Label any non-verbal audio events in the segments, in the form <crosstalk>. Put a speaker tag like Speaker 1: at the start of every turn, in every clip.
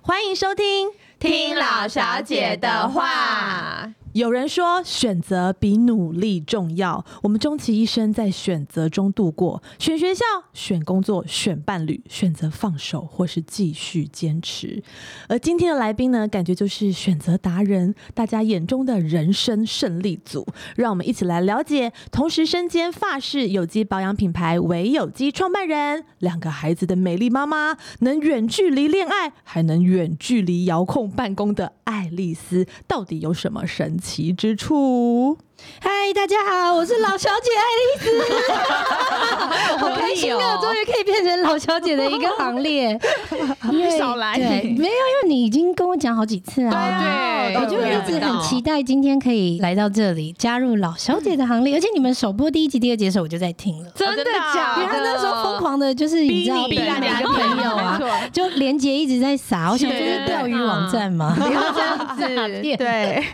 Speaker 1: 欢迎收听《
Speaker 2: 听老小姐的话》。
Speaker 1: 有人说，选择比努力重要。我们终其一生在选择中度过，选学校、选工作、选伴侣，选择放手或是继续坚持。而今天的来宾呢，感觉就是选择达人，大家眼中的人生胜利组。让我们一起来了解，同时身兼发饰有机保养品牌唯有机创办人，两个孩子的美丽妈妈，能远距离恋爱，还能远距离遥控办公的爱丽丝，到底有什么神奇之处？
Speaker 2: 嗨，大家好，我是老小姐爱丽
Speaker 3: <laughs>
Speaker 2: 丝，好
Speaker 3: 活
Speaker 2: 开
Speaker 3: 力
Speaker 2: 心
Speaker 3: 哦
Speaker 2: 啊，终于可以变成老小姐的一个
Speaker 3: <laughs>
Speaker 2: 行列。因为
Speaker 3: 少来
Speaker 2: 对，没有，因为你已经跟我讲好几次
Speaker 3: 对
Speaker 2: 啊。
Speaker 3: 啊
Speaker 2: 我
Speaker 3: 我
Speaker 2: 就
Speaker 3: 就
Speaker 2: 一
Speaker 3: 一
Speaker 2: 直
Speaker 3: 直
Speaker 2: 很
Speaker 3: 很
Speaker 2: 期
Speaker 3: 期
Speaker 2: 待今天可以来到这里，加入老小姐的行列。而且你们首播第一集、第二集的时候，我就在听了。
Speaker 3: 嗯哦真的啊假
Speaker 2: 因
Speaker 3: 的？
Speaker 2: 为他那时候疯狂啊的，就是你知道，
Speaker 3: 逼
Speaker 2: 逼
Speaker 3: 你
Speaker 2: 你一个朋友
Speaker 3: <laughs>
Speaker 2: 啊，
Speaker 3: 没
Speaker 2: 就连接一直在撒。我想这是钓鱼网站吗？ <laughs> 不要这样
Speaker 3: 错， <laughs> 对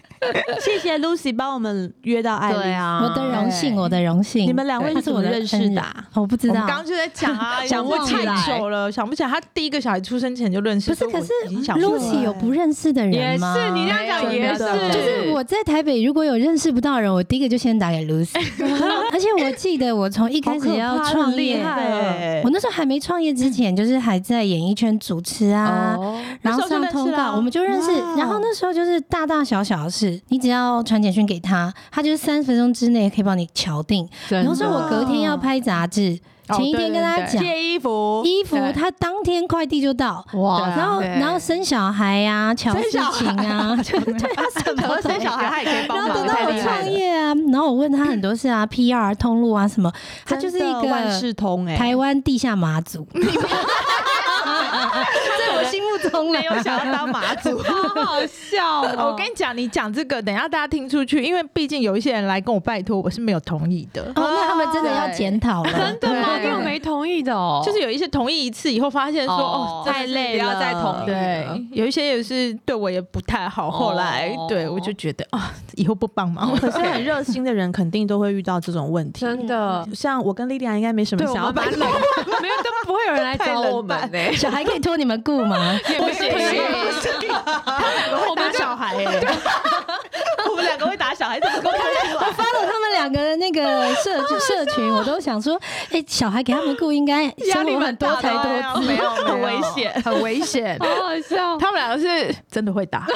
Speaker 1: 谢谢 Lucy 帮我们约到爱丽丝。
Speaker 3: 对啊，
Speaker 2: 我的荣幸，我的荣幸。嗯
Speaker 1: 你们两位
Speaker 2: 他
Speaker 1: 是
Speaker 2: 是
Speaker 1: 怎么
Speaker 2: 我的
Speaker 1: 认识的啊？
Speaker 2: 我不知
Speaker 3: 哎我
Speaker 2: 道
Speaker 3: 们刚，刚就在讲啊，
Speaker 1: 想不起
Speaker 3: 太
Speaker 1: 来
Speaker 3: 久了，想不起来。他第一个小孩出生前就认识，
Speaker 2: 不是，
Speaker 3: 所以我
Speaker 2: 可是
Speaker 3: 已经想不起来
Speaker 2: Lucy 有不认识的
Speaker 3: 也
Speaker 2: 人吗？
Speaker 3: 是你这样讲也
Speaker 1: 真的
Speaker 3: 是，
Speaker 2: 啊就是我在台北，如果有认识不到的人，我第一个就先打给 Lucy。而且我记得我从一
Speaker 3: 哎
Speaker 2: 开始要创业，
Speaker 3: 害
Speaker 2: 我那时候还没创业之前，就是还在演艺圈主持啊，然后
Speaker 3: 哦那
Speaker 2: 上
Speaker 3: 时候就认
Speaker 2: 通
Speaker 3: 识啦
Speaker 2: 告，我们就认识。
Speaker 1: 哇
Speaker 2: 然后那时候就是大大小小的事，你只要传简讯给他，他就是三十分钟之内可以帮你敲定。然后说我
Speaker 3: 啊
Speaker 2: 隔天要拍杂志，
Speaker 3: 哦
Speaker 2: 前一天跟他
Speaker 3: 对对对
Speaker 2: 讲。
Speaker 1: 借衣服，
Speaker 2: 衣服
Speaker 3: 对
Speaker 2: 他当天快递就到，
Speaker 3: 哇
Speaker 2: 然后
Speaker 3: 对
Speaker 2: 然后生小孩呀、瞧
Speaker 3: 生
Speaker 2: 事
Speaker 3: 小孩
Speaker 2: 情啊，就
Speaker 1: <laughs>
Speaker 2: 对他什么
Speaker 3: 然后
Speaker 2: 都
Speaker 3: 生小孩，他也可以帮
Speaker 2: 然后
Speaker 3: 忙，
Speaker 2: 等到
Speaker 3: 太
Speaker 2: 我
Speaker 3: 厉害
Speaker 2: 创
Speaker 3: 了。
Speaker 2: 业啊，然后我问他很多事啊，PR 通路啊什么，他就是一
Speaker 1: 真的万
Speaker 2: 个
Speaker 1: 事通哎、
Speaker 2: 台湾地下马祖，在我心目中
Speaker 3: 没有想要当马祖，好好笑、
Speaker 2: 哦
Speaker 3: <laughs> 我跟你讲，你讲这个，等一下大家听出去，因为毕竟有一些人来跟我拜托，我是没有同意的。
Speaker 2: <laughs> 哦，那他们真的要检讨了，
Speaker 4: 真的吗？
Speaker 3: 对
Speaker 4: 你有没同意的哦？
Speaker 3: 就是有一些同意一次以后，发现说哦
Speaker 4: 哦
Speaker 3: 真的是
Speaker 4: 太累
Speaker 3: 不要
Speaker 4: 了
Speaker 3: 再同意了
Speaker 4: 对。
Speaker 3: 有一些也是对我也不太好，后来、
Speaker 4: 哦
Speaker 3: 对我就觉得啊、以后不帮忙。
Speaker 1: <laughs> 可是很热心的人肯定都会遇到这种问题。
Speaker 4: 真的，
Speaker 1: 像我跟莉莉娅应该没什么
Speaker 4: 嗯对，我
Speaker 1: 想要
Speaker 4: 们
Speaker 1: 把
Speaker 4: 蛮 <laughs> 冷，没有都不会有人来找我们呢。
Speaker 2: 小孩可以托你们雇吗？
Speaker 3: 不 <laughs> 行，
Speaker 4: 不行
Speaker 3: 我们小孩哎、我们两个会打小孩，怎么跟我看出来？
Speaker 2: 发了他们两个的那个社群社群，我都想说，哎，小孩给他们雇应该生活很多才多姿，
Speaker 3: 没有，很危险，很危险。
Speaker 4: <laughs> 好好 <laughs> 笑，
Speaker 3: 他们两个是真的会打，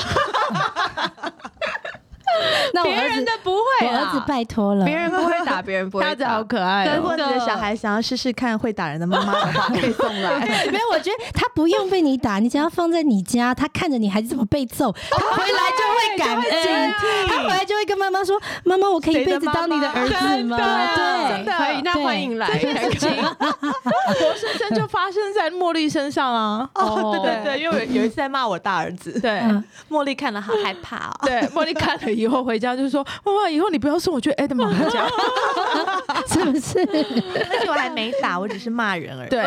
Speaker 2: 那我
Speaker 4: 别
Speaker 2: 儿
Speaker 4: 人
Speaker 2: 子
Speaker 4: 的不会
Speaker 2: 我儿
Speaker 4: 啦，
Speaker 2: 子拜托了，
Speaker 4: 别人不会打，别人不
Speaker 3: 大
Speaker 4: 会
Speaker 3: 家好
Speaker 4: 打。
Speaker 3: 可爱
Speaker 1: 如
Speaker 3: 哦、
Speaker 1: 果你的小孩想要试试看会打人的妈妈的话，可以送来。
Speaker 2: 没有，我觉得他不用被你打，你只要放在你家，他看着你孩子怎么被揍，他回来就会感恩，他回来就会跟妈妈说：“妈妈，我可以一辈子当你的儿子吗？”
Speaker 3: 真
Speaker 2: 对，
Speaker 3: 的
Speaker 4: 可以，那
Speaker 2: 对
Speaker 4: 欢迎来。
Speaker 2: <laughs>
Speaker 3: 活生生就发生在茉莉身上啊！
Speaker 4: 哦
Speaker 1: 对对对，因为有一次在骂我大儿子，
Speaker 3: 对
Speaker 2: 嗯
Speaker 1: 茉莉看了好害怕哦。
Speaker 3: <laughs> 对，茉莉看了以后回家就说：“妈妈，以后你不要送我去 Ed 妈妈家。 <laughs>
Speaker 2: 是不是？
Speaker 1: 而且我还没打，我只是骂人而”已。
Speaker 3: 对，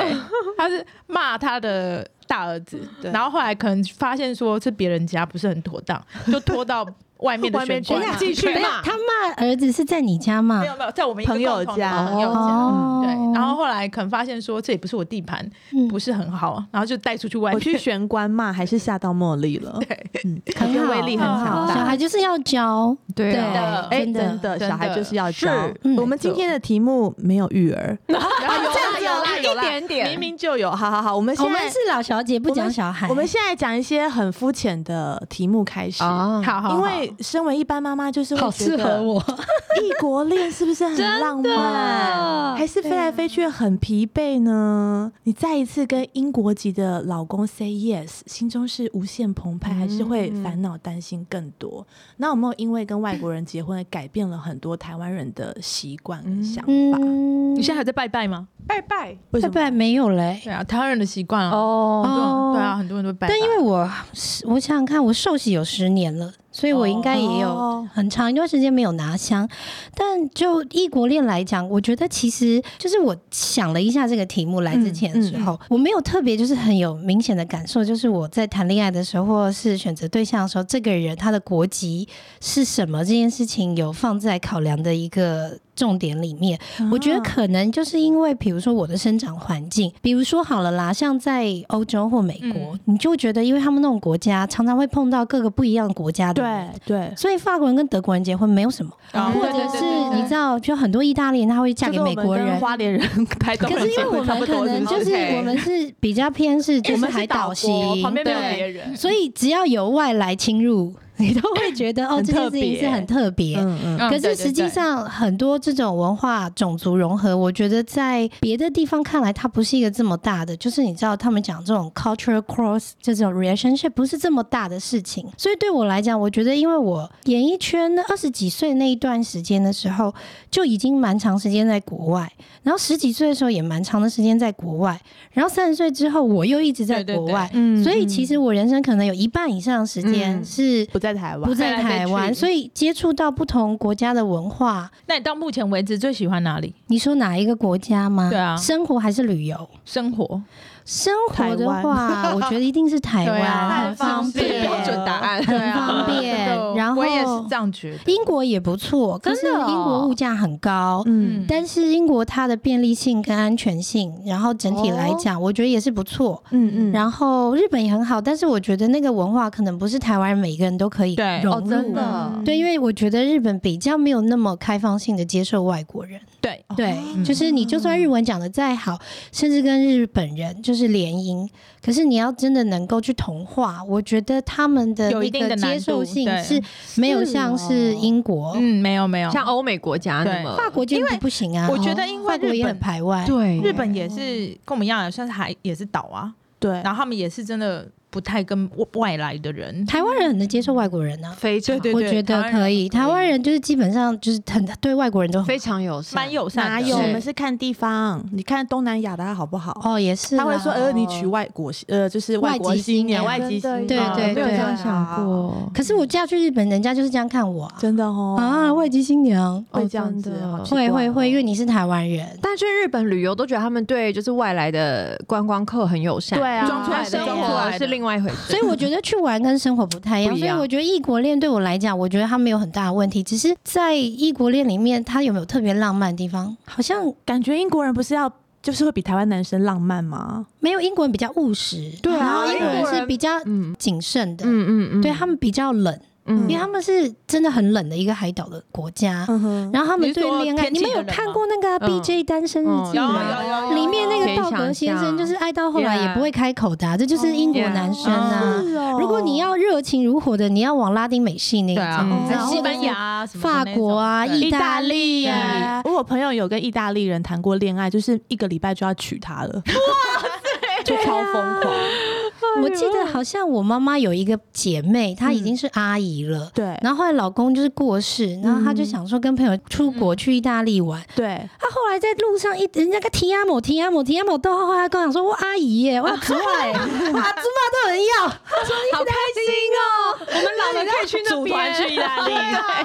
Speaker 3: 她是骂她的大儿子，
Speaker 1: 对
Speaker 3: 然后后来可能发现说是别人家不是很妥当，就拖到外面的
Speaker 1: 外面
Speaker 3: 玄
Speaker 1: 去
Speaker 3: 关
Speaker 1: 骂
Speaker 3: 继续
Speaker 2: 没有
Speaker 3: 骂。
Speaker 2: 他骂儿子是在你家骂
Speaker 3: 没，有没有，在我们一个
Speaker 1: 朋友
Speaker 3: 共同的
Speaker 1: 家
Speaker 3: 朋友家。
Speaker 2: 哦
Speaker 3: 对，然后后来可能发现说这也不是我地盘，
Speaker 2: 嗯
Speaker 3: 不是很好，然后就带出去外
Speaker 1: 我去
Speaker 3: 面。
Speaker 1: 玄关骂，还是吓到茉莉了。
Speaker 3: 对，
Speaker 1: 嗯，我
Speaker 2: 很
Speaker 1: 觉得
Speaker 2: 好，
Speaker 1: 威力很强
Speaker 2: 小
Speaker 1: 大。
Speaker 2: 孩就是要教，
Speaker 4: 对
Speaker 3: 啊
Speaker 2: 对，
Speaker 1: 哎，
Speaker 2: 真
Speaker 1: 真
Speaker 2: 的。
Speaker 1: 的，
Speaker 3: 真的
Speaker 1: 小孩就是要教
Speaker 3: 是。
Speaker 2: 嗯
Speaker 1: 我们今天的题目没有育儿，
Speaker 3: 然后有 <laughs> 啦有啦有
Speaker 4: 一
Speaker 3: 啦，
Speaker 4: 点点，
Speaker 1: 明明就有。好好好，我们
Speaker 2: 我
Speaker 1: 现
Speaker 2: 们
Speaker 1: 在
Speaker 2: 是老小姐，不讲小孩。
Speaker 1: 我们现在讲一些很肤浅的题目开始。
Speaker 4: 啊，
Speaker 3: 哦好好，
Speaker 1: 因为身为一般妈妈，就是会
Speaker 2: 嗯好
Speaker 1: 觉
Speaker 2: 适合
Speaker 1: 得
Speaker 2: 我，
Speaker 1: 异国恋是不是很浪漫？还是飞来飞去很疲惫呢？你再一次跟英国籍的老公 say yes，心中是无限澎湃，还是会烦恼担心更多？那有没有因为跟外国人结婚，改变了很多台湾人的习惯跟想法？
Speaker 2: 嗯
Speaker 3: 你现在还在拜拜吗？
Speaker 4: 拜拜
Speaker 1: 为
Speaker 2: 拜
Speaker 1: 什么？
Speaker 2: 拜没有嘞，
Speaker 3: 对啊，台湾人的习惯啊，
Speaker 4: 哦。
Speaker 2: 哦
Speaker 3: 对对啊，很多人都拜拜。
Speaker 2: 但因为我是我想想看，我寿喜有十年了，所以我应该也有
Speaker 1: 哦
Speaker 2: 很长一段时间没有拿香。但就异国恋来讲，我觉得其实就是我想了一下这个题目来
Speaker 3: 嗯
Speaker 2: 之前的时候，我没有特别就是很有明显的感受，就是我在谈恋爱的时候，或是选择对象的时候，这个人他的国籍是什么这件事情有放在考量的一个。重点里面。我觉得可能就是因为，比如说我的生长环境，比如说好了啦，像在欧洲或美国，
Speaker 1: 嗯
Speaker 2: 你就觉得，因为他们那种国家常常会碰到各个不一样国家的人，
Speaker 1: 对对，
Speaker 2: 所以法国人跟德国人结婚没有什么，
Speaker 3: 哦
Speaker 2: 或
Speaker 3: 对
Speaker 2: 者
Speaker 3: 对对
Speaker 2: 是
Speaker 3: 对对
Speaker 2: 你知道，就很多意大利人他会嫁
Speaker 1: 就
Speaker 2: 给
Speaker 1: 跟我们
Speaker 2: 美国
Speaker 1: 跟
Speaker 2: 人。
Speaker 1: 花莲
Speaker 2: <laughs>
Speaker 1: 人、台东
Speaker 2: 可
Speaker 1: 人
Speaker 2: 是因
Speaker 1: 结
Speaker 2: 为我
Speaker 1: 婚差
Speaker 2: 们
Speaker 1: 不
Speaker 2: 可
Speaker 1: 多，
Speaker 2: 能就是是
Speaker 1: 不是
Speaker 2: 我们是比较偏是就是海岛型，
Speaker 1: 旁边没有
Speaker 4: 对
Speaker 1: 别人，
Speaker 2: 所以只要有外来侵入，你都会觉得
Speaker 1: <laughs>
Speaker 2: 哦，
Speaker 1: 很
Speaker 2: 这
Speaker 1: 特
Speaker 2: 件事情
Speaker 1: 别
Speaker 2: 是很特别。
Speaker 1: 嗯嗯，
Speaker 4: 嗯
Speaker 2: 可
Speaker 4: 对
Speaker 2: 是
Speaker 4: 对
Speaker 2: 实际
Speaker 4: 对
Speaker 2: 上，很多这种文化种族融合，我觉得在别的地方看来，它不是一个这么大的，就是你知道他们讲这种 cultural cross 这种 relationship 不是这么大的事情。所以对我来讲，我觉得因为我演艺圈二十几岁那一段时间的时候，就已经蛮长时间在国外，然后十几岁的时候也蛮长的时间在国外，然后三十岁之后我又一直
Speaker 3: 对
Speaker 2: 在
Speaker 3: 对
Speaker 2: 国
Speaker 3: 对
Speaker 2: 外，
Speaker 1: 嗯
Speaker 2: 所以其实我人生可能有一半以上的时间
Speaker 4: 嗯
Speaker 2: 是
Speaker 1: 不在台湾
Speaker 2: 不，
Speaker 3: 飞来
Speaker 2: 在
Speaker 3: 飞
Speaker 2: 台湾，
Speaker 3: 去
Speaker 2: 所以接触到不同国家的文化。
Speaker 3: 那你到目前为止最喜欢哪里？
Speaker 2: 你说哪一个国家吗？
Speaker 3: 对啊
Speaker 2: 生活还是旅游？
Speaker 3: 生活
Speaker 2: 生活的话，我觉得一定是台
Speaker 3: 对啊
Speaker 2: 湾，
Speaker 3: 很
Speaker 2: 很
Speaker 3: 方
Speaker 2: 方
Speaker 3: 便
Speaker 4: 这是
Speaker 2: 便，
Speaker 4: 标准答案。
Speaker 2: 哦
Speaker 3: <laughs>
Speaker 2: 很
Speaker 3: 对啊
Speaker 2: 方便
Speaker 3: 真的。
Speaker 2: 然后
Speaker 3: 我也是这样觉得。
Speaker 2: <laughs> 英国也不错，可是
Speaker 4: 真的
Speaker 2: 英
Speaker 4: 哦
Speaker 2: 国物价很高。
Speaker 1: 嗯
Speaker 2: 但是英国它的便利性跟安全性，然后整体来讲，我觉得也是不错。
Speaker 1: 嗯嗯，后
Speaker 2: 然后日本也很好，但是我觉得那个文化可能不是台湾人每个人都可以
Speaker 3: 对
Speaker 2: 融
Speaker 4: 哦，
Speaker 2: 入。
Speaker 4: 真的，
Speaker 2: 对，因为我觉得日本比较没有那么开放性的接受外国人。
Speaker 3: 对
Speaker 2: 对，就是你就算日文讲的再好，甚至跟日本人就是联姻，可是你要真的能够去同化，我觉得他们的
Speaker 3: 有一
Speaker 2: 那
Speaker 3: 定的
Speaker 2: 个
Speaker 3: 难
Speaker 2: 接
Speaker 3: 度
Speaker 2: 受性
Speaker 3: 对
Speaker 2: 是没有
Speaker 1: 是
Speaker 2: 像是
Speaker 1: 哦
Speaker 2: 英国、
Speaker 3: 嗯，没有没有，
Speaker 4: 像欧美国家那么
Speaker 2: 法国就不行啊。
Speaker 3: 我觉得因为
Speaker 2: 法国
Speaker 3: 日
Speaker 2: 也
Speaker 3: 本
Speaker 2: 很排外，
Speaker 4: 对
Speaker 3: 日本也是跟我们一样，啊算是海也是岛啊，
Speaker 1: 对，
Speaker 3: 然后他们也是真的不太跟外来的人。
Speaker 2: 台湾人很能接受外国人呢、
Speaker 4: 非常
Speaker 3: 对对
Speaker 2: 我觉得可以，
Speaker 3: 台湾人
Speaker 2: 台湾人就是基本上就是很对外国人都很
Speaker 4: 非常友善，
Speaker 3: 蛮友善
Speaker 1: 哪
Speaker 3: 的，
Speaker 1: 有？
Speaker 4: 是
Speaker 1: 我们是看地方，你看东南亚的它好不好？
Speaker 2: 哦，也是啦
Speaker 1: 他会说，呃，你娶外国呃，就是外国
Speaker 2: 外籍
Speaker 1: 新
Speaker 2: 新
Speaker 1: 娘、
Speaker 2: 娘
Speaker 1: 外籍新娘，
Speaker 2: 对对
Speaker 4: 没有啊
Speaker 2: 对
Speaker 4: 这样想，过，
Speaker 2: 可是我嫁去日本，人家就是这样看我啊，
Speaker 1: <laughs> 真的哦
Speaker 2: 啊外籍新娘
Speaker 1: 会
Speaker 4: 哦
Speaker 1: 这样子
Speaker 4: 真的
Speaker 1: 好奇怪
Speaker 2: 会
Speaker 1: 哦
Speaker 2: 会会，因为你是台湾人，
Speaker 4: 但去日本旅游都觉得他们对就是外来的观光客很友善，
Speaker 1: 对啊
Speaker 3: 装出来的
Speaker 4: 生
Speaker 3: 装出来
Speaker 4: 活
Speaker 3: 的
Speaker 4: 是另外一回事。
Speaker 2: <laughs> 所以我觉得去玩跟生活不太一样，
Speaker 4: 不一
Speaker 2: 所以
Speaker 4: 样
Speaker 2: 我觉得异国恋对我来讲，我觉得它没有很大的问题，只是在异国恋里面，它有没有特别浪漫的地方，好像
Speaker 1: 感觉英国人不是要就是会比台湾男生浪漫吗？
Speaker 2: 没有英国人比较务实，
Speaker 4: 对啊
Speaker 2: 然后英国
Speaker 4: 英
Speaker 2: 人
Speaker 4: 国人
Speaker 2: 是比较
Speaker 4: 嗯
Speaker 2: 谨慎的，
Speaker 4: 嗯嗯嗯，
Speaker 2: 对他们比较冷，
Speaker 4: 嗯
Speaker 2: 因为他们是真的很冷的一个海岛的国家。
Speaker 1: 嗯哼，
Speaker 2: 然后他们对
Speaker 3: 你是说
Speaker 2: 恋爱，
Speaker 3: 天气
Speaker 2: 你们有
Speaker 3: 很冷吗
Speaker 2: 看过那个啊
Speaker 4: 嗯
Speaker 2: BJ 单身日
Speaker 4: 嗯
Speaker 2: 记
Speaker 3: 有
Speaker 2: 吗？
Speaker 3: 有有有
Speaker 2: 里面那
Speaker 4: 可
Speaker 2: 个
Speaker 4: 以
Speaker 2: 道
Speaker 4: 想
Speaker 2: 格先生，
Speaker 4: 象
Speaker 2: 就是爱到后来也不会开口的啊、这就是英国男生啊。
Speaker 1: 是哦
Speaker 2: 如果你要热情如火的，你要往拉丁美系那
Speaker 3: 对
Speaker 2: 个
Speaker 3: 啊
Speaker 2: 走，
Speaker 4: 嗯
Speaker 2: 哦然
Speaker 3: 在
Speaker 2: 后
Speaker 3: 西班牙、啊、什么的
Speaker 2: 法
Speaker 3: 那种
Speaker 2: 国啊、
Speaker 3: 对
Speaker 2: 意大利啊，
Speaker 1: 我有朋友有跟意大利人谈过恋爱，就是一个礼拜就要娶她了， <laughs> 就超疯狂。
Speaker 4: 哎
Speaker 2: 我记得好像我妈妈有一个姐妹，她已经
Speaker 4: 嗯
Speaker 2: 是阿姨了。
Speaker 1: 对
Speaker 2: 然后后来老公就是过世，然后她就
Speaker 1: 嗯
Speaker 2: 想说跟朋友出国去意大利
Speaker 4: 嗯
Speaker 2: 玩，
Speaker 1: 对，
Speaker 2: 她后来在路上一人家个提亚姆提亚姆提亚姆，到后来她跟我讲说我阿姨
Speaker 4: <laughs>
Speaker 2: 耶，我祖玛耶，哇祖玛都有人要，
Speaker 4: 好开心哦，我们老了可以去那
Speaker 3: 组团
Speaker 1: 啊
Speaker 4: 边
Speaker 3: 去意大利，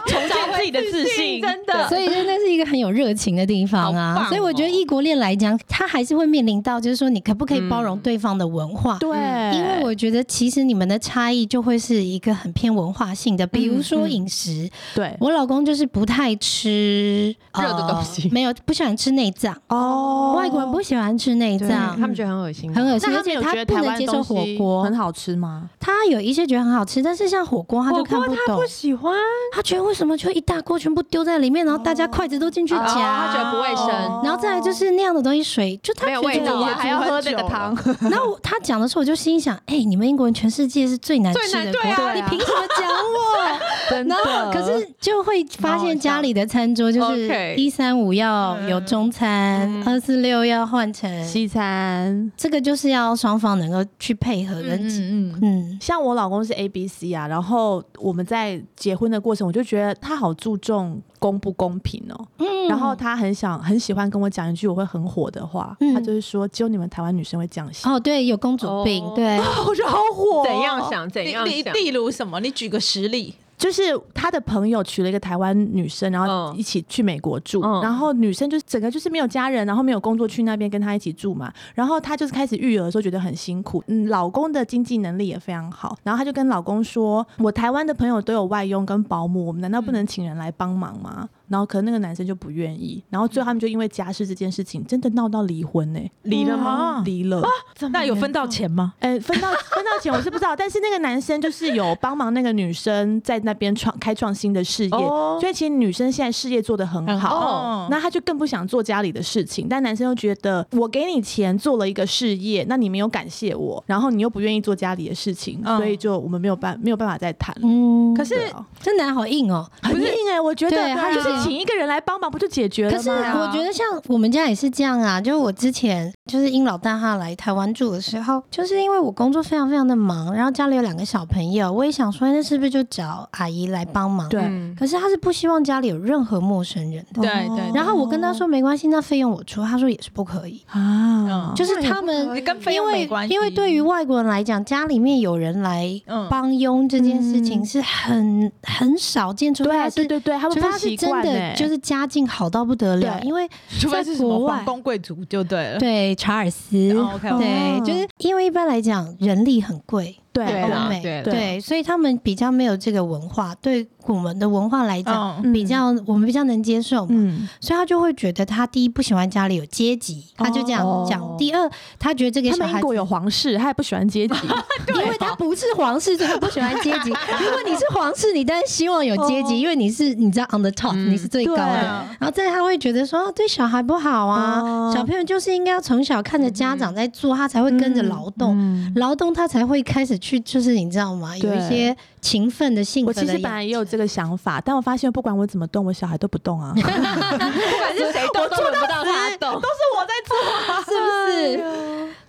Speaker 3: 重建自己的自 <laughs> 信，
Speaker 4: 真的
Speaker 2: 所以就那是一个很有热情的地方
Speaker 4: 好
Speaker 2: 啊。
Speaker 4: 棒哦
Speaker 2: 所以我觉得异国恋来讲，它还是会面临到，就是说你可不可以包
Speaker 4: 嗯
Speaker 2: 容对方的文化？
Speaker 1: 对，
Speaker 2: 嗯因
Speaker 4: 哎
Speaker 2: 为我觉得其实你们的差异就会是一个很偏文化性的，比如
Speaker 4: 嗯
Speaker 2: 说饮食，
Speaker 1: 对
Speaker 2: 我老公就是不太吃
Speaker 4: 热的东西
Speaker 2: 呃没有不喜欢吃内脏，
Speaker 1: 哦
Speaker 2: 外国人不喜欢吃内
Speaker 4: 对
Speaker 2: 脏
Speaker 4: 他。们觉得很恶心，
Speaker 2: 很恶心，
Speaker 1: 那他
Speaker 2: 而
Speaker 1: 们
Speaker 2: 且
Speaker 1: 有
Speaker 2: 他
Speaker 1: 觉得
Speaker 2: 不
Speaker 1: 台
Speaker 2: 能
Speaker 1: 湾
Speaker 2: 接受
Speaker 1: 东
Speaker 2: 火
Speaker 1: 西
Speaker 2: 锅
Speaker 1: 很，好吃吗？
Speaker 2: 他有一些觉得很好吃，但是像火锅他就
Speaker 4: 火
Speaker 2: 看
Speaker 4: 锅
Speaker 2: 不
Speaker 4: 他
Speaker 2: 懂
Speaker 4: 不，喜欢，
Speaker 2: 他觉得为什么就一大锅全部丢在里面，然后大家筷子都进去
Speaker 4: 哦
Speaker 2: 夹，
Speaker 4: 他觉得不卫生，
Speaker 2: 然后再来就是那样的东西水，就他
Speaker 4: 没有
Speaker 2: 觉得
Speaker 4: 味道
Speaker 2: 也
Speaker 4: 啊，还要喝那个汤，
Speaker 2: 然后我他讲的时候，我就心想：哎、你们英国人全世界是最难
Speaker 4: 最
Speaker 2: 吃
Speaker 4: 难
Speaker 2: 的
Speaker 4: 对
Speaker 2: 国
Speaker 4: 啊
Speaker 2: 家，你凭什么讲我？
Speaker 1: <laughs> 真
Speaker 2: 然后可是就会发现家里的餐桌就
Speaker 4: OK
Speaker 2: 是一三五要有中餐，二四六要换成
Speaker 1: 西餐。
Speaker 2: 这个就是要双方能够去配合跟
Speaker 3: 嗯
Speaker 2: 嗯
Speaker 3: 嗯嗯，
Speaker 2: 嗯
Speaker 1: 像我老公是 A B C 啊，然后我们在结婚的过程，我就觉得他好注重公不公平哦、
Speaker 2: 嗯
Speaker 1: 然后他很想很喜欢跟我讲一句我会很火的话，
Speaker 2: 嗯
Speaker 1: 他就是说只有你们台湾女生会这样想，
Speaker 2: 哦对，有公主病
Speaker 4: 哦
Speaker 2: 对。
Speaker 1: 我觉得好火、
Speaker 4: 怎样？想怎样
Speaker 3: 例例
Speaker 4: 想，
Speaker 3: 例如什么？你举个实例，
Speaker 1: 就是他的朋友娶了一个台湾女生，然后
Speaker 4: 嗯
Speaker 1: 一起去美国住，
Speaker 4: 嗯
Speaker 1: 然后女生就是整个就是没有家人，然后没有工作去那边跟他一起住嘛，然后她就是开始育儿的时候觉得很辛苦，嗯，老公的经济能力也非常好，然后她就跟老公说，我台湾的朋友都有外佣跟保姆，我们难道不能请人来帮忙吗？然后可能那个男生就不愿意，然后最后他们就因为家事这件事情真的闹到离婚呢、
Speaker 3: 离了
Speaker 4: 啊
Speaker 3: 吗？
Speaker 1: 离了。
Speaker 3: 那有分到钱吗？
Speaker 1: 哎、分到分到钱我是不知道，但是那个男生就是有帮忙那个女生在那边创开创新的事业，
Speaker 3: 哦
Speaker 1: 所以其实女生现在事业做得很好，
Speaker 3: 哦
Speaker 1: 那他就更不想做家里的事情，但男生又觉得我给你钱做了一个事业，那你没有感谢我，然后你又不愿意做家里的事情，
Speaker 3: 嗯
Speaker 1: 所以就我们没有办没有办法再谈了。 <laughs>
Speaker 2: 嗯，
Speaker 3: 可是
Speaker 1: 对啊
Speaker 2: 这男好硬哦。
Speaker 1: 很硬哎、我觉得
Speaker 2: 对
Speaker 1: 他
Speaker 2: 他
Speaker 1: 就是
Speaker 2: 是
Speaker 1: 请一个人来帮忙，不就解决了
Speaker 2: 可
Speaker 1: 吗？
Speaker 2: 是我觉得像我们家也是这样啊，就我之前就是英老大他来台湾住的时候，就是因为我工作非常非常的忙，然后家里有两个小朋友，我也想说那是不是就找阿姨来帮忙？
Speaker 1: 对
Speaker 4: 嗯
Speaker 2: 可是他是不希望家里有任何陌生人的。
Speaker 3: 对对
Speaker 2: 然后我跟他说没关系，那费用我出，他说也是不可以，
Speaker 1: 啊，
Speaker 3: 嗯
Speaker 2: 就是他们。
Speaker 3: 你跟费
Speaker 2: 因
Speaker 3: 用没
Speaker 2: 为
Speaker 3: 关系，
Speaker 2: 因为对于外国人来讲，家里面有人来
Speaker 3: 嗯
Speaker 2: 帮佣这件事情
Speaker 1: 嗯
Speaker 2: 是很很少见，除非他
Speaker 1: 对
Speaker 2: 啊
Speaker 1: 啊
Speaker 2: 是
Speaker 1: 对对对，他们
Speaker 2: 除非
Speaker 1: 不
Speaker 2: 他是
Speaker 1: 习
Speaker 2: 真
Speaker 1: 惯哎、
Speaker 2: 的就是家境好到不得了，
Speaker 1: 对
Speaker 2: 因为
Speaker 3: 除非是什
Speaker 2: 在
Speaker 3: 么
Speaker 2: 国外
Speaker 3: 皇宫贵族就对了。
Speaker 2: 对查尔斯，
Speaker 3: 哦，OK，OK
Speaker 2: 对，就是因为一般来讲人力很贵，
Speaker 1: 对
Speaker 3: 对
Speaker 1: 对
Speaker 3: 啦
Speaker 2: 欧美
Speaker 4: 对啦
Speaker 2: 对，所以他们比较没有这个文化，对我们的文化来讲。
Speaker 3: 嗯，
Speaker 1: 嗯
Speaker 2: 比较我们比较能接受嘛，
Speaker 1: 嗯
Speaker 2: 所以他就会觉得他第一不喜欢家里有阶级，他就这样讲；
Speaker 1: 哦
Speaker 2: 第二，他觉得这个
Speaker 1: 他
Speaker 2: 小
Speaker 1: 们英
Speaker 2: 孩
Speaker 1: 国
Speaker 2: 子，
Speaker 1: 有皇室，他也不喜欢 <laughs> 阶级，
Speaker 2: 因为他不是皇室，所以他不喜欢阶
Speaker 1: <laughs>
Speaker 2: 级。如果你是皇室，你当然希望有阶级，
Speaker 1: 哦
Speaker 2: 因为你是你知道 on the top，、
Speaker 4: 嗯
Speaker 2: 你是最高
Speaker 1: 对
Speaker 2: 的。
Speaker 3: 啊
Speaker 2: 然后再来他会觉得说、哦对小孩不好啊，
Speaker 1: 哦
Speaker 2: 小朋友就是应该要从小看着家长在做，他才会跟着劳动，
Speaker 1: 嗯
Speaker 2: 劳动他才会开始去，就是你知道吗？有
Speaker 1: 对
Speaker 2: 一些勤奋的性格
Speaker 1: 我
Speaker 2: 的
Speaker 1: 其
Speaker 2: 养。
Speaker 1: 实本来也有这个想法，但我发现不管我怎么动，我小孩都不动
Speaker 2: <laughs>
Speaker 1: 啊。
Speaker 4: 不管是谁动都轮不到他动，
Speaker 3: 都是我在做啊。
Speaker 2: 是不
Speaker 1: 哎
Speaker 2: 是？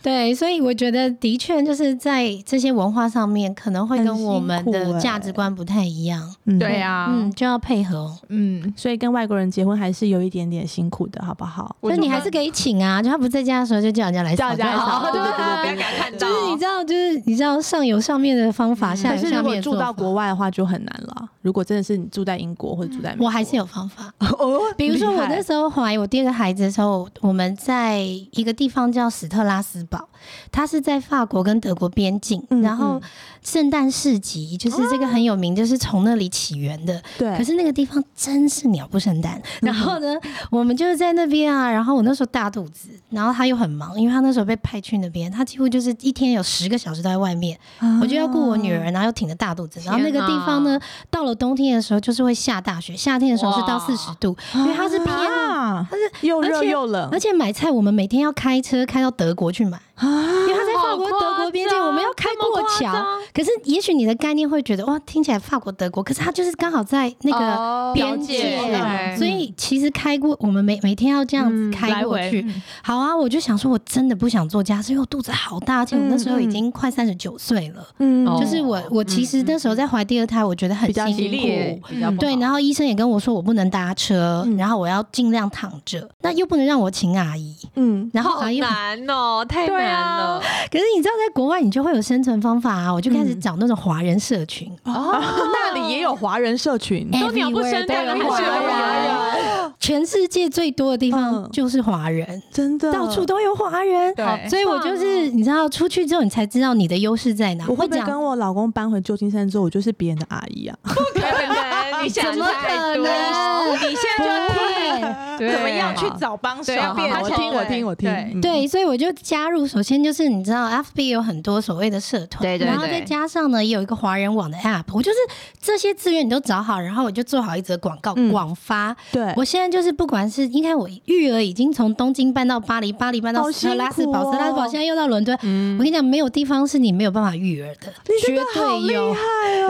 Speaker 2: 对，所以我觉得的确就是在这些文化上面，可能会
Speaker 1: 很
Speaker 2: 跟
Speaker 1: 辛
Speaker 2: 我们
Speaker 1: 苦欸
Speaker 2: 的价值观不太一样。
Speaker 1: 嗯
Speaker 3: 对，呀，
Speaker 2: 嗯，就要配合。
Speaker 3: 嗯，
Speaker 1: 所以跟外国人结婚还是有一点点辛苦的，好不好？
Speaker 2: 所以你还是可以请啊，就他不在家的时候，就叫人家来
Speaker 1: 叫
Speaker 2: 扫
Speaker 1: 人家来
Speaker 2: 就好
Speaker 1: 扫
Speaker 3: 哦
Speaker 2: 了
Speaker 1: 对对对
Speaker 2: <laughs>
Speaker 4: 不要给他
Speaker 2: 啊
Speaker 4: 看
Speaker 2: 就
Speaker 4: 到。
Speaker 2: 是你知道，就是你知道上有上面的方法，
Speaker 3: 嗯
Speaker 2: 下
Speaker 1: 可
Speaker 2: 有
Speaker 1: 是如
Speaker 2: 下面
Speaker 1: 果
Speaker 2: 的
Speaker 1: 住
Speaker 2: 做
Speaker 1: 到
Speaker 2: 法。
Speaker 1: 国外的话就很难了。如果真的是你住在英国或者住在美国，
Speaker 2: 我还是有方法，
Speaker 1: 哦，
Speaker 2: <laughs> 比如说我那
Speaker 1: 的
Speaker 2: 时候怀我第二个孩子的时候，我们在一个地方叫史特拉斯堡，它是在法国跟德国边境，
Speaker 1: 嗯
Speaker 2: 然后
Speaker 1: 嗯
Speaker 2: 圣诞市集就是这个很有名，就是从那里起源的。
Speaker 1: 哦对，嗯
Speaker 2: 可是那个地方真是鸟不生蛋。然后呢，我们就是在那边啊，然后我那时候大肚子，然后他又很忙，因为他那时候被派去那边，他几乎就是一天有十个小时都在外面。我就要顾我女
Speaker 4: 哦
Speaker 1: 啊
Speaker 2: 儿，然后又挺着大肚子。然后那个地方呢，到了冬天的时候就是会下大雪，夏天的时候是到
Speaker 4: 哇
Speaker 2: 四十度，因为它是偏。
Speaker 3: 啊，
Speaker 1: 又
Speaker 2: 而
Speaker 1: 热
Speaker 2: 且
Speaker 1: 又冷
Speaker 2: 而且买菜，我们每天要开车开到德国去买，
Speaker 1: 啊，
Speaker 2: 因为它在法
Speaker 4: 好
Speaker 2: 国、
Speaker 4: 夸
Speaker 2: 德国边境，
Speaker 4: 张
Speaker 2: 我们要开
Speaker 4: 这么
Speaker 2: 过
Speaker 4: 夸
Speaker 2: 桥
Speaker 4: 张。
Speaker 2: 可是，也许你的概念会觉得哇，听起来法国、德国，可是它就是刚好在那个
Speaker 4: 哦
Speaker 2: 边
Speaker 4: 了解哎
Speaker 2: 界，
Speaker 4: 对
Speaker 2: 所以其实开过，我们每每天要这样子
Speaker 1: 嗯
Speaker 2: 开过
Speaker 3: 来回
Speaker 2: 去。
Speaker 3: 嗯
Speaker 2: 好啊，我就想说，我真的不想做家事，因为我肚子好大，而且我
Speaker 4: 嗯
Speaker 2: 那时候已经快三十九岁了。
Speaker 1: 嗯
Speaker 4: 哦
Speaker 2: 就是我，我其实那时候在怀第二胎，我觉得很
Speaker 1: 比较
Speaker 2: 辛
Speaker 1: 激
Speaker 2: 苦。嗯
Speaker 1: 烈
Speaker 4: 比较不好
Speaker 2: 对，然后医生也跟我说，我不能搭车，
Speaker 1: 嗯
Speaker 2: 然后我要尽量躺着，那又不能让我请阿姨。
Speaker 1: 嗯，
Speaker 2: 然后
Speaker 4: 好
Speaker 2: 阿姨，
Speaker 4: 难哦，太
Speaker 3: 对
Speaker 4: 难
Speaker 3: 啊
Speaker 4: 了。
Speaker 2: <laughs> 可是你知道，在国外你就会有生存方法啊，我就开始
Speaker 1: 嗯
Speaker 2: 找那种华人社群，
Speaker 1: 哦， <laughs> 那里也有华人社群，
Speaker 2: 哎
Speaker 4: 都鸟不生蛋的
Speaker 2: Everywhere
Speaker 4: 华
Speaker 2: 都有
Speaker 4: 人，
Speaker 2: 全世界最多的地
Speaker 1: 嗯哎
Speaker 2: 方就是华人，
Speaker 1: 真的
Speaker 2: 到处都有华人。
Speaker 3: 对
Speaker 2: 所以我就是你知道，出去之后你才知道你的优势在哪。
Speaker 1: 哦我会不会
Speaker 2: 讲
Speaker 1: 跟我老公搬回旧金山之后，我就是别人的阿姨啊？
Speaker 4: 不可能，你想
Speaker 2: 怎么
Speaker 4: 太
Speaker 2: 可
Speaker 4: 多。
Speaker 2: 能？
Speaker 3: 你现在就
Speaker 2: 对
Speaker 4: 对啊
Speaker 3: 怎么样去找帮手？啊
Speaker 4: 对要变
Speaker 3: 好
Speaker 1: <laughs> 我
Speaker 3: 好
Speaker 4: 成
Speaker 1: 听，
Speaker 3: 好
Speaker 1: 我听，我听。
Speaker 3: 对
Speaker 1: 嗯，
Speaker 2: 啊对，所以我就加入。首先就是你知道，FB 有很多所谓的社团，
Speaker 4: 对对
Speaker 2: 然后
Speaker 4: 对
Speaker 2: 再加上呢，也有一个华人网的 App。我就是这些资源你都找好，然后我就做好一则广告
Speaker 1: 嗯
Speaker 2: 广发。
Speaker 1: 对，
Speaker 2: 我现在就是不管是应该我育儿已经从东京搬到巴黎，巴黎搬到
Speaker 1: 好
Speaker 2: 斯特拉斯
Speaker 1: 辛苦
Speaker 2: 堡，
Speaker 1: 哦
Speaker 2: 斯特拉斯堡现在又到伦敦。我
Speaker 4: 嗯
Speaker 2: 跟，你讲，没有地方是你没有办法育儿的，
Speaker 1: 你真
Speaker 2: 绝
Speaker 1: 的好
Speaker 2: 对
Speaker 1: 厉
Speaker 2: 有。
Speaker 1: 害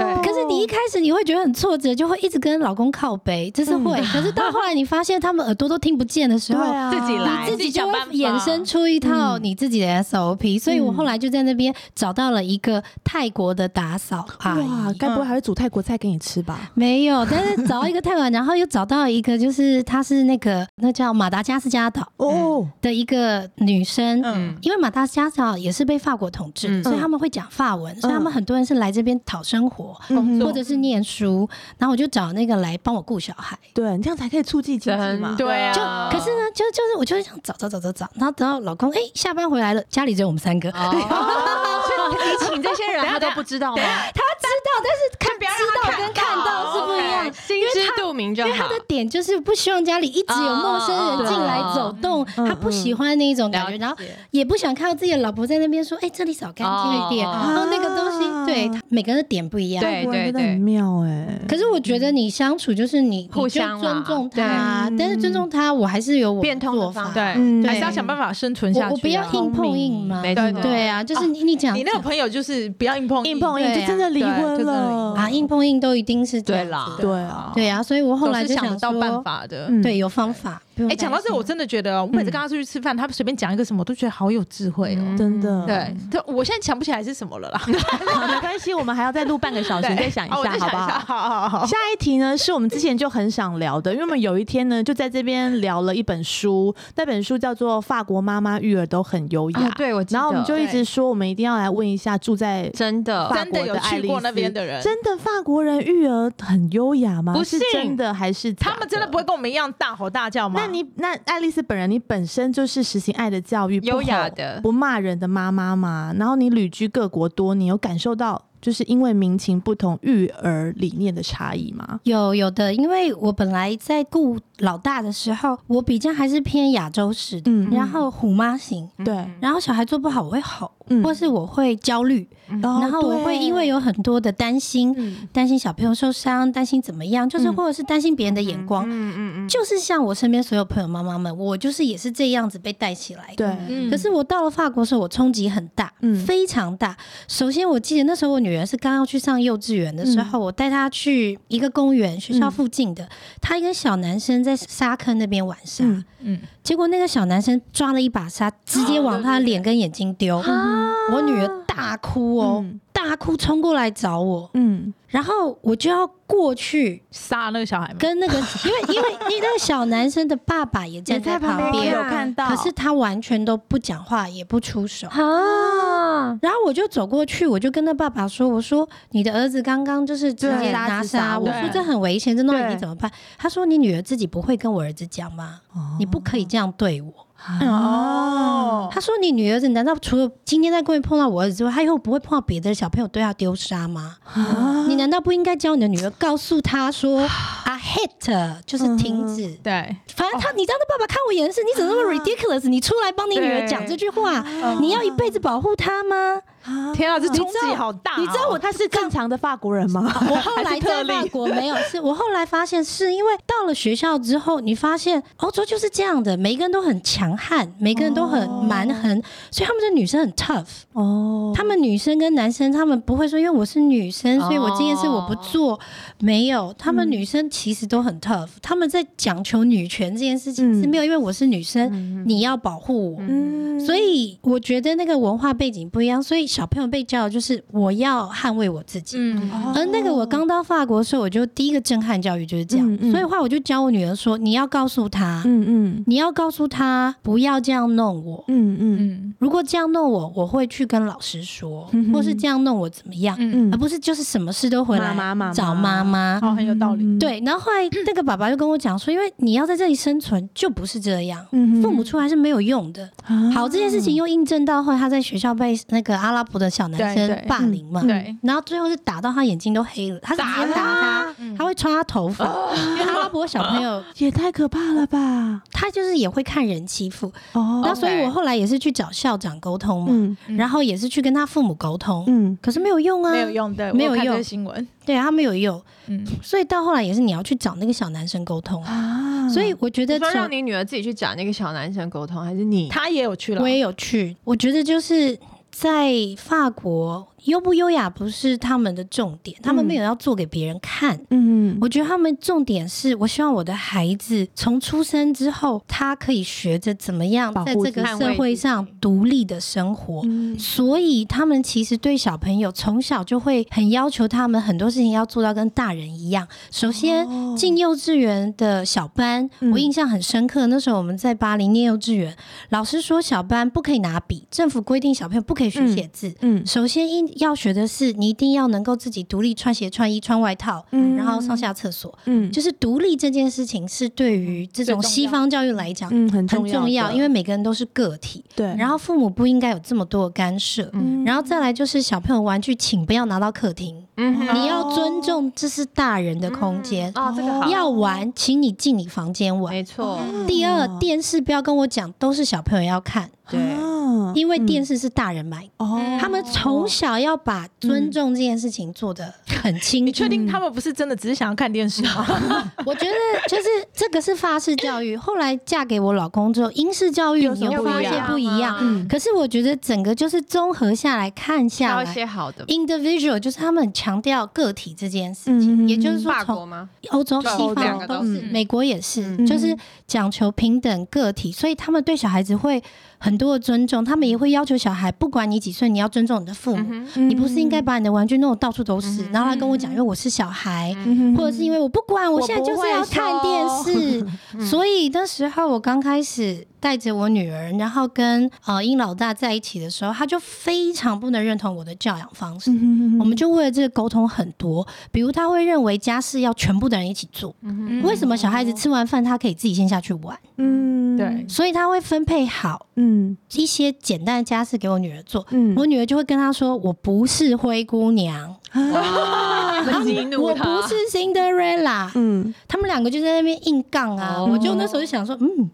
Speaker 1: 哦！
Speaker 2: 可是你一开始你会觉得很挫折，就会一直跟老公靠背，这是会。可是到后来你发现他们耳朵都听不见的时
Speaker 1: 嗯 <laughs> 对
Speaker 2: 候，
Speaker 1: 啊，
Speaker 3: 自己来
Speaker 2: 哦你自己就会
Speaker 4: 自己想办
Speaker 2: 衍
Speaker 4: 法
Speaker 2: 生出一套
Speaker 1: 嗯
Speaker 2: 你自己的 SOP。所以我
Speaker 1: 嗯
Speaker 2: 后来就在那边找到了一个泰国的打扫
Speaker 3: 哎
Speaker 2: 阿
Speaker 1: 哇，
Speaker 2: 姨。
Speaker 1: 该不会还会煮泰国菜给你吃吧？
Speaker 2: 没有，但是找到一个泰国人，然后又找到一个，就是她是那个那叫马达加斯加岛
Speaker 1: 哦，
Speaker 2: 的一个女生，
Speaker 3: 嗯，
Speaker 2: 因为马达加斯加岛也是被法国统治的，
Speaker 4: 嗯
Speaker 2: 所以他们会讲法文，所以他们很多人是来这边讨生活。
Speaker 1: 嗯
Speaker 2: 或者是念书，然后我就找那个来帮我顾小孩。
Speaker 1: 对你这样才可以促进经济嘛
Speaker 4: 真。对啊，
Speaker 3: 就
Speaker 2: 可是呢，就就是我就会想找找找找找，然后等到老公哎、下班 <laughs> 回来了，家里只有我们三个，
Speaker 4: <laughs> 哦，所以你请这些人，他都不知道吗？
Speaker 2: 他知但是看
Speaker 3: 不要让他
Speaker 2: 知道跟
Speaker 3: 看
Speaker 2: 看
Speaker 3: 到
Speaker 2: 到是不一样
Speaker 4: 哦
Speaker 5: OK，。心知肚明就
Speaker 2: 因为
Speaker 5: 好
Speaker 2: 他。的点就是不希望家里一直有陌生人进来走动，
Speaker 1: 嗯
Speaker 2: 他不喜欢那一种感觉，然后也不想看到自己的老婆在那边说：“哎，这里扫干净一点。”
Speaker 5: 哦
Speaker 2: 然后那个东西，对他每个人的点不一样。
Speaker 5: 对
Speaker 1: 我
Speaker 5: 对
Speaker 1: 觉得很
Speaker 5: 对
Speaker 1: 妙哎。
Speaker 2: 可是我觉得你相处就是你
Speaker 5: 互相
Speaker 2: 你
Speaker 5: 啦
Speaker 2: 就尊重他
Speaker 1: 对，
Speaker 2: 但是尊重他，我还是有我
Speaker 5: 变通的
Speaker 2: 做法
Speaker 5: 方。
Speaker 3: 对，
Speaker 1: 嗯
Speaker 3: 还是要想办法生存下
Speaker 2: 我
Speaker 3: 去。
Speaker 2: 我不要硬碰硬嘛，
Speaker 5: 没
Speaker 3: 错
Speaker 2: 对啊，就是你你讲
Speaker 3: 你那个朋友就是不要硬碰
Speaker 1: 硬碰硬
Speaker 2: 对
Speaker 1: 就
Speaker 2: 啊
Speaker 1: 真的离
Speaker 3: 对
Speaker 1: 婚
Speaker 3: 就真的
Speaker 1: 了
Speaker 2: 啊，硬碰硬都一定是这样
Speaker 5: 对啦
Speaker 2: 子的
Speaker 1: 对啊，
Speaker 2: 对啊，所以我后
Speaker 3: 总
Speaker 2: 来
Speaker 3: 是
Speaker 2: 就
Speaker 3: 想得
Speaker 2: 说
Speaker 3: 到
Speaker 2: 嗯
Speaker 3: 办，法的。
Speaker 1: 嗯
Speaker 2: 对，有方法。
Speaker 3: 哎、讲到这个，我
Speaker 2: 真
Speaker 3: 真的觉得哦，我每次跟他出去吃饭，他随便讲一个什么，我都觉得好有智慧哦。
Speaker 5: 嗯
Speaker 1: 真的
Speaker 3: 对，他我现在想不起来是什么了啦。
Speaker 1: <laughs> 好，没关系，我们还要再录半个小时，
Speaker 3: 对
Speaker 1: 再想一
Speaker 3: 哦我
Speaker 1: 下，
Speaker 3: 再
Speaker 1: 好
Speaker 3: 想
Speaker 1: 不
Speaker 3: 一
Speaker 1: 好
Speaker 3: 下，？好好 <laughs> 好。
Speaker 1: 下一题呢，是我们之前就很想聊哦的，因为我们有一天呢，就在这边聊了一本书，那本书叫做《法国妈妈育儿都很优雅》
Speaker 3: 哦
Speaker 5: 啊，
Speaker 4: 哦
Speaker 5: 对，我记得
Speaker 1: 然后我们就一直说，我们一定要来问一下住在
Speaker 5: 真的
Speaker 1: 法
Speaker 3: 真的
Speaker 1: 国
Speaker 3: 有
Speaker 1: 爱
Speaker 3: 去
Speaker 1: 丽
Speaker 3: 过那
Speaker 1: 丝
Speaker 3: 边的人
Speaker 1: 真的法国人育儿很优雅吗？
Speaker 5: 不
Speaker 1: 是
Speaker 5: 信
Speaker 1: 真的还是假
Speaker 3: 他们真的不会？跟我们一样大吼大叫吗？
Speaker 1: 那你那爱丽丝本人，你本身就是实行爱的教育，不
Speaker 5: 优雅
Speaker 1: 吼
Speaker 5: 的
Speaker 1: 不骂人的妈妈嘛。然后你旅居各国多年，有感受到就是因为民情不同，育儿理念的差异吗？
Speaker 2: 有有的，因为我本来在顾老大的时候，我比较还是偏亚洲式的，
Speaker 1: 嗯
Speaker 2: 然后虎妈型，
Speaker 5: 嗯
Speaker 1: 对
Speaker 5: 嗯
Speaker 2: 然后小孩做不好我会吼，
Speaker 1: 嗯
Speaker 2: 或是我会焦虑，
Speaker 1: 哦
Speaker 2: 然后我会因为有很多的担心，
Speaker 1: 嗯
Speaker 2: 担心小朋友受伤，担心怎么样，就是
Speaker 1: 嗯
Speaker 2: 或者是担心别人的眼光，
Speaker 5: 嗯嗯嗯，
Speaker 2: 就是像我身边所有朋友妈妈们，我就是也是这样子被带起来的。
Speaker 1: 对，
Speaker 3: 嗯
Speaker 2: 可是我到了法国的时候，我冲击很大，
Speaker 1: 嗯
Speaker 2: 非常大。首先，我记得那时候我女儿是刚要去上幼稚园的时候，我带她去一个公园，学校附近的，她一个小男生在沙坑那边玩沙，
Speaker 1: 嗯
Speaker 3: 嗯，
Speaker 2: 结果那个小男生抓了一把沙，直接往她脸跟眼睛丢，我女儿大哭哦，
Speaker 1: 嗯
Speaker 2: 大哭冲过来找我，
Speaker 1: 嗯
Speaker 2: 然后我就要过去
Speaker 3: 杀那个小孩吗？
Speaker 2: 跟那个，因为因为因为那个小男生的爸爸也站在旁
Speaker 1: 我
Speaker 2: 边
Speaker 1: 有。看到，
Speaker 2: 可是他完全都不讲话，也不出手。
Speaker 5: 啊，
Speaker 2: 然后我就走过去，我就跟他爸爸说：“我说你的儿子刚刚就是直接
Speaker 1: 对
Speaker 2: 拿
Speaker 1: 杀子杀
Speaker 2: 沙，我
Speaker 3: 我
Speaker 2: 说
Speaker 3: 对
Speaker 2: 这很危险，这弄
Speaker 1: 对
Speaker 2: 你怎么办？”他说：“你女儿自己不会跟我儿子讲吗？
Speaker 1: 哦
Speaker 2: 你不可以这样对我。
Speaker 1: 啊
Speaker 3: 哦，
Speaker 2: 他说：“你女儿子难道除了今天在公园碰到我儿子之外，她以后不会碰到别的小朋友对她丢沙吗？
Speaker 1: 啊
Speaker 2: 你难道不应该教你的女儿告诉她说啊 hit
Speaker 1: 嗯
Speaker 2: 就是停止？”
Speaker 3: 对，
Speaker 2: 反
Speaker 1: 哦
Speaker 2: 正他，你知道他爸爸看我眼神，你怎么那么
Speaker 1: 啊
Speaker 2: ridiculous？你出来帮你女儿讲这句话，你要一辈子保护她吗？
Speaker 1: 啊
Speaker 3: 天啊，这冲击好大哦！
Speaker 2: 你知道我
Speaker 1: 他是正常的法国人吗？
Speaker 2: 我后来在法国没有，是我后来发现，是因为到了学校之后，你发现欧洲就是这样的，每一个人都很强悍，每个人都很蛮横，所以他们的女生很 tough。
Speaker 1: 哦，
Speaker 2: 他们女生跟男生，他们不会说，因为我是女生，
Speaker 5: 哦
Speaker 2: 所以我这件事我不做。没有，他
Speaker 1: 嗯
Speaker 2: 们女生其实都很 tough，他们在讲求女权这件事情
Speaker 1: 嗯
Speaker 2: 是没有，因为我是女生，
Speaker 5: 嗯
Speaker 2: 你要保护我。
Speaker 1: 嗯
Speaker 2: 所以我觉得那个文化背景不一样，所以小朋友被教的就是我要捍卫我自己。
Speaker 3: 嗯，
Speaker 1: 哦
Speaker 2: 而那个我刚到法国的时候，我就第一个震撼教育就是这样，
Speaker 1: 嗯嗯
Speaker 2: 所以话我就教我女儿说，你要告诉她，
Speaker 1: 嗯嗯
Speaker 2: 你要告诉她不要这样弄我，
Speaker 1: 嗯嗯
Speaker 3: 嗯
Speaker 2: 如果这样弄我，我会去跟老师说，
Speaker 1: 嗯哼
Speaker 2: 或是这样弄我怎么样，
Speaker 3: 嗯，
Speaker 1: 嗯
Speaker 2: 而不是就是什么事都回来
Speaker 1: 妈妈妈妈
Speaker 2: 找妈妈。
Speaker 3: 哦，很有道理。，
Speaker 2: 对，然后后来那个爸爸就跟我讲说，因为你要在这里生存，就不是这样。
Speaker 1: 嗯哦
Speaker 2: 父母出来是没有用的。好，这件事情又印证到后来他在学校被那个阿拉伯的小男
Speaker 3: 对
Speaker 2: 生
Speaker 3: 对
Speaker 2: 霸
Speaker 1: 嗯
Speaker 2: 凌嘛，
Speaker 3: 嗯对
Speaker 2: 然后最后是打到他眼睛都黑了，他是直接打他，
Speaker 3: 嗯
Speaker 2: 他会抓他头发，因为阿拉伯小朋友
Speaker 1: 也太可怕了吧！
Speaker 2: 他就是也会看人欺负，
Speaker 1: 哦，
Speaker 2: 那所以我后来也是去找校长沟通嘛，
Speaker 1: 嗯
Speaker 3: 嗯
Speaker 2: 然后也是去跟他父母沟通，
Speaker 1: 嗯
Speaker 2: 可是没有用啊，
Speaker 3: 没有，用的，
Speaker 2: 没有
Speaker 3: 我看这
Speaker 2: 用
Speaker 3: 个新闻。
Speaker 2: 对他没有用，
Speaker 3: 嗯，
Speaker 2: 所以到后来也是你要去找那个小男生沟通啊。
Speaker 1: 啊
Speaker 2: 所以我觉
Speaker 5: 你
Speaker 2: 得
Speaker 5: 说让
Speaker 2: 从
Speaker 5: 你女儿自己去找那个小男生沟通，还是你？
Speaker 3: 他也有去了
Speaker 2: 我。也有去，我觉得就是在法国优不优雅不是他们的重点，他
Speaker 1: 嗯
Speaker 2: 们没有要做给别人看。
Speaker 1: 嗯
Speaker 2: 我觉得他们重点是，我希望我的孩子从出生之后，他可以学着怎么样
Speaker 1: 保
Speaker 2: 在
Speaker 1: 护
Speaker 2: 这个
Speaker 5: 自己
Speaker 2: 社会上独立的生活。
Speaker 1: 嗯
Speaker 2: 所以他们其实对小朋友从小就会很要求他们很多事情要做到跟大人一样。首先
Speaker 1: 哦
Speaker 2: 进幼稚园的小班，
Speaker 1: 嗯
Speaker 2: 我印象很深刻。那时候我们在巴黎念幼稚园，老师说小班不可以拿笔，政府规定小朋友不可以学写字。
Speaker 1: 嗯
Speaker 2: 首先一要学的是，你一定要能够自己独立穿鞋、穿衣、穿外套，
Speaker 1: 嗯
Speaker 2: 然后上下厕所。
Speaker 1: 嗯
Speaker 2: 就是独立这件事情是对于这种
Speaker 3: 最重要
Speaker 2: 西方教育来讲
Speaker 1: 嗯很
Speaker 2: 很重要，
Speaker 1: 的
Speaker 2: 因为每个人都是个体。
Speaker 1: 对，
Speaker 2: 然后父母不应该有这么多的干涉。
Speaker 1: 嗯
Speaker 2: 然后再来就是小朋友玩具，请不要拿到客厅。
Speaker 5: 嗯
Speaker 4: 哦
Speaker 5: 哼，
Speaker 2: 你要尊重这是大人的
Speaker 4: 嗯
Speaker 2: 空间。
Speaker 5: 哦，这个好，
Speaker 2: 要玩，请你进你房间玩。
Speaker 4: 哎
Speaker 5: 没错，
Speaker 2: 第二，电视不要跟我讲都是小朋友要看，
Speaker 5: 对，
Speaker 1: 啊
Speaker 2: 因为电视是大人买的。
Speaker 1: 哦
Speaker 5: 嗯
Speaker 2: 他们从小要把尊重这件事情做得很清
Speaker 3: 你
Speaker 2: 楚
Speaker 3: 确。定他们不是真的只是想要看电视吗？
Speaker 5: <laughs>
Speaker 2: 我觉得就是这个是法式教育，后来嫁给我老公之后，英式教育
Speaker 3: 有
Speaker 2: 你
Speaker 3: 什么
Speaker 2: 又
Speaker 3: 不
Speaker 2: 发
Speaker 3: 一
Speaker 2: 现
Speaker 3: 样
Speaker 2: 不一样。
Speaker 1: 嗯
Speaker 2: 可是我觉得整个就是综合下来看下
Speaker 5: 挑一
Speaker 2: 来
Speaker 5: 些好的。
Speaker 2: ，individual 就是他们很强调个体这件事
Speaker 1: 嗯
Speaker 2: 情，也就是说
Speaker 5: 法国
Speaker 2: 从
Speaker 5: 吗？
Speaker 2: 欧洲、
Speaker 5: 法
Speaker 2: 西
Speaker 5: 国两
Speaker 2: 方
Speaker 5: 个、都是
Speaker 1: 嗯
Speaker 2: 美国也是，
Speaker 5: 嗯
Speaker 2: 就是讲求平等个体，所以他们对小孩子会很多的尊重，他们也会要求小孩，不管你几岁，你要尊重你的父母。
Speaker 5: 嗯哼
Speaker 2: 你不是应该把你的玩具弄得到处都是，
Speaker 5: 嗯
Speaker 2: 然后他跟我讲，因为我是小孩，
Speaker 1: 嗯
Speaker 2: 或者是因为我不管，我
Speaker 1: 我
Speaker 2: 现在就是要看
Speaker 1: <laughs>
Speaker 2: 电
Speaker 1: 嗯
Speaker 2: 视，所以那时候我刚开始带着我女儿，然后跟呃英老大在一起的时候，他就非常不能认同我的教养方式。
Speaker 1: 嗯
Speaker 2: 我们就为了这个沟通很多，比如他会认为家事要全部的人一起做，
Speaker 5: 嗯
Speaker 2: 为什么小孩子吃完饭他可以自己先下去玩？
Speaker 1: 嗯
Speaker 3: 对
Speaker 2: 所以他会分配好
Speaker 1: 嗯
Speaker 2: 一些简单的家事给我女儿做，
Speaker 1: 嗯
Speaker 2: 我女儿就会跟他说：“我不是灰姑娘，
Speaker 5: 哇，激怒
Speaker 2: 我
Speaker 5: 他
Speaker 2: 不，是 Cinderella。
Speaker 1: 嗯
Speaker 2: 他们两个就在那边硬杠啊！
Speaker 5: 哦
Speaker 2: 我就那时候就想说，嗯，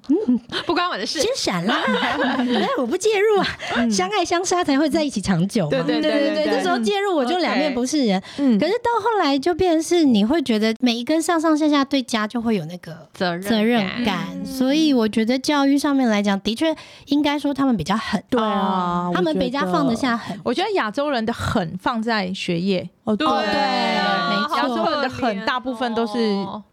Speaker 5: 不关我的事
Speaker 2: 先。
Speaker 3: <laughs>
Speaker 2: 闪啦，哎，我不介入啊，相爱相杀才会在一起长久嘛。
Speaker 3: 嗯对对对
Speaker 2: 对
Speaker 3: 对对
Speaker 2: 那时候介入我就两面
Speaker 5: OK
Speaker 2: 不是人。
Speaker 1: 嗯
Speaker 2: 可是到后来就变成是，你会觉得每一根上上下下对家就会有那个
Speaker 5: 责任
Speaker 2: 责任
Speaker 3: 嗯
Speaker 2: 感，所以我觉得教育上面来讲，的确应该说他们比较狠，哦
Speaker 1: 对啊，
Speaker 2: 他们
Speaker 1: 我觉
Speaker 2: 比较放得下狠。
Speaker 3: 我觉得亚洲人的狠放在学业，
Speaker 1: 哦，对
Speaker 2: 对没错
Speaker 3: 亚洲人的狠大部分都是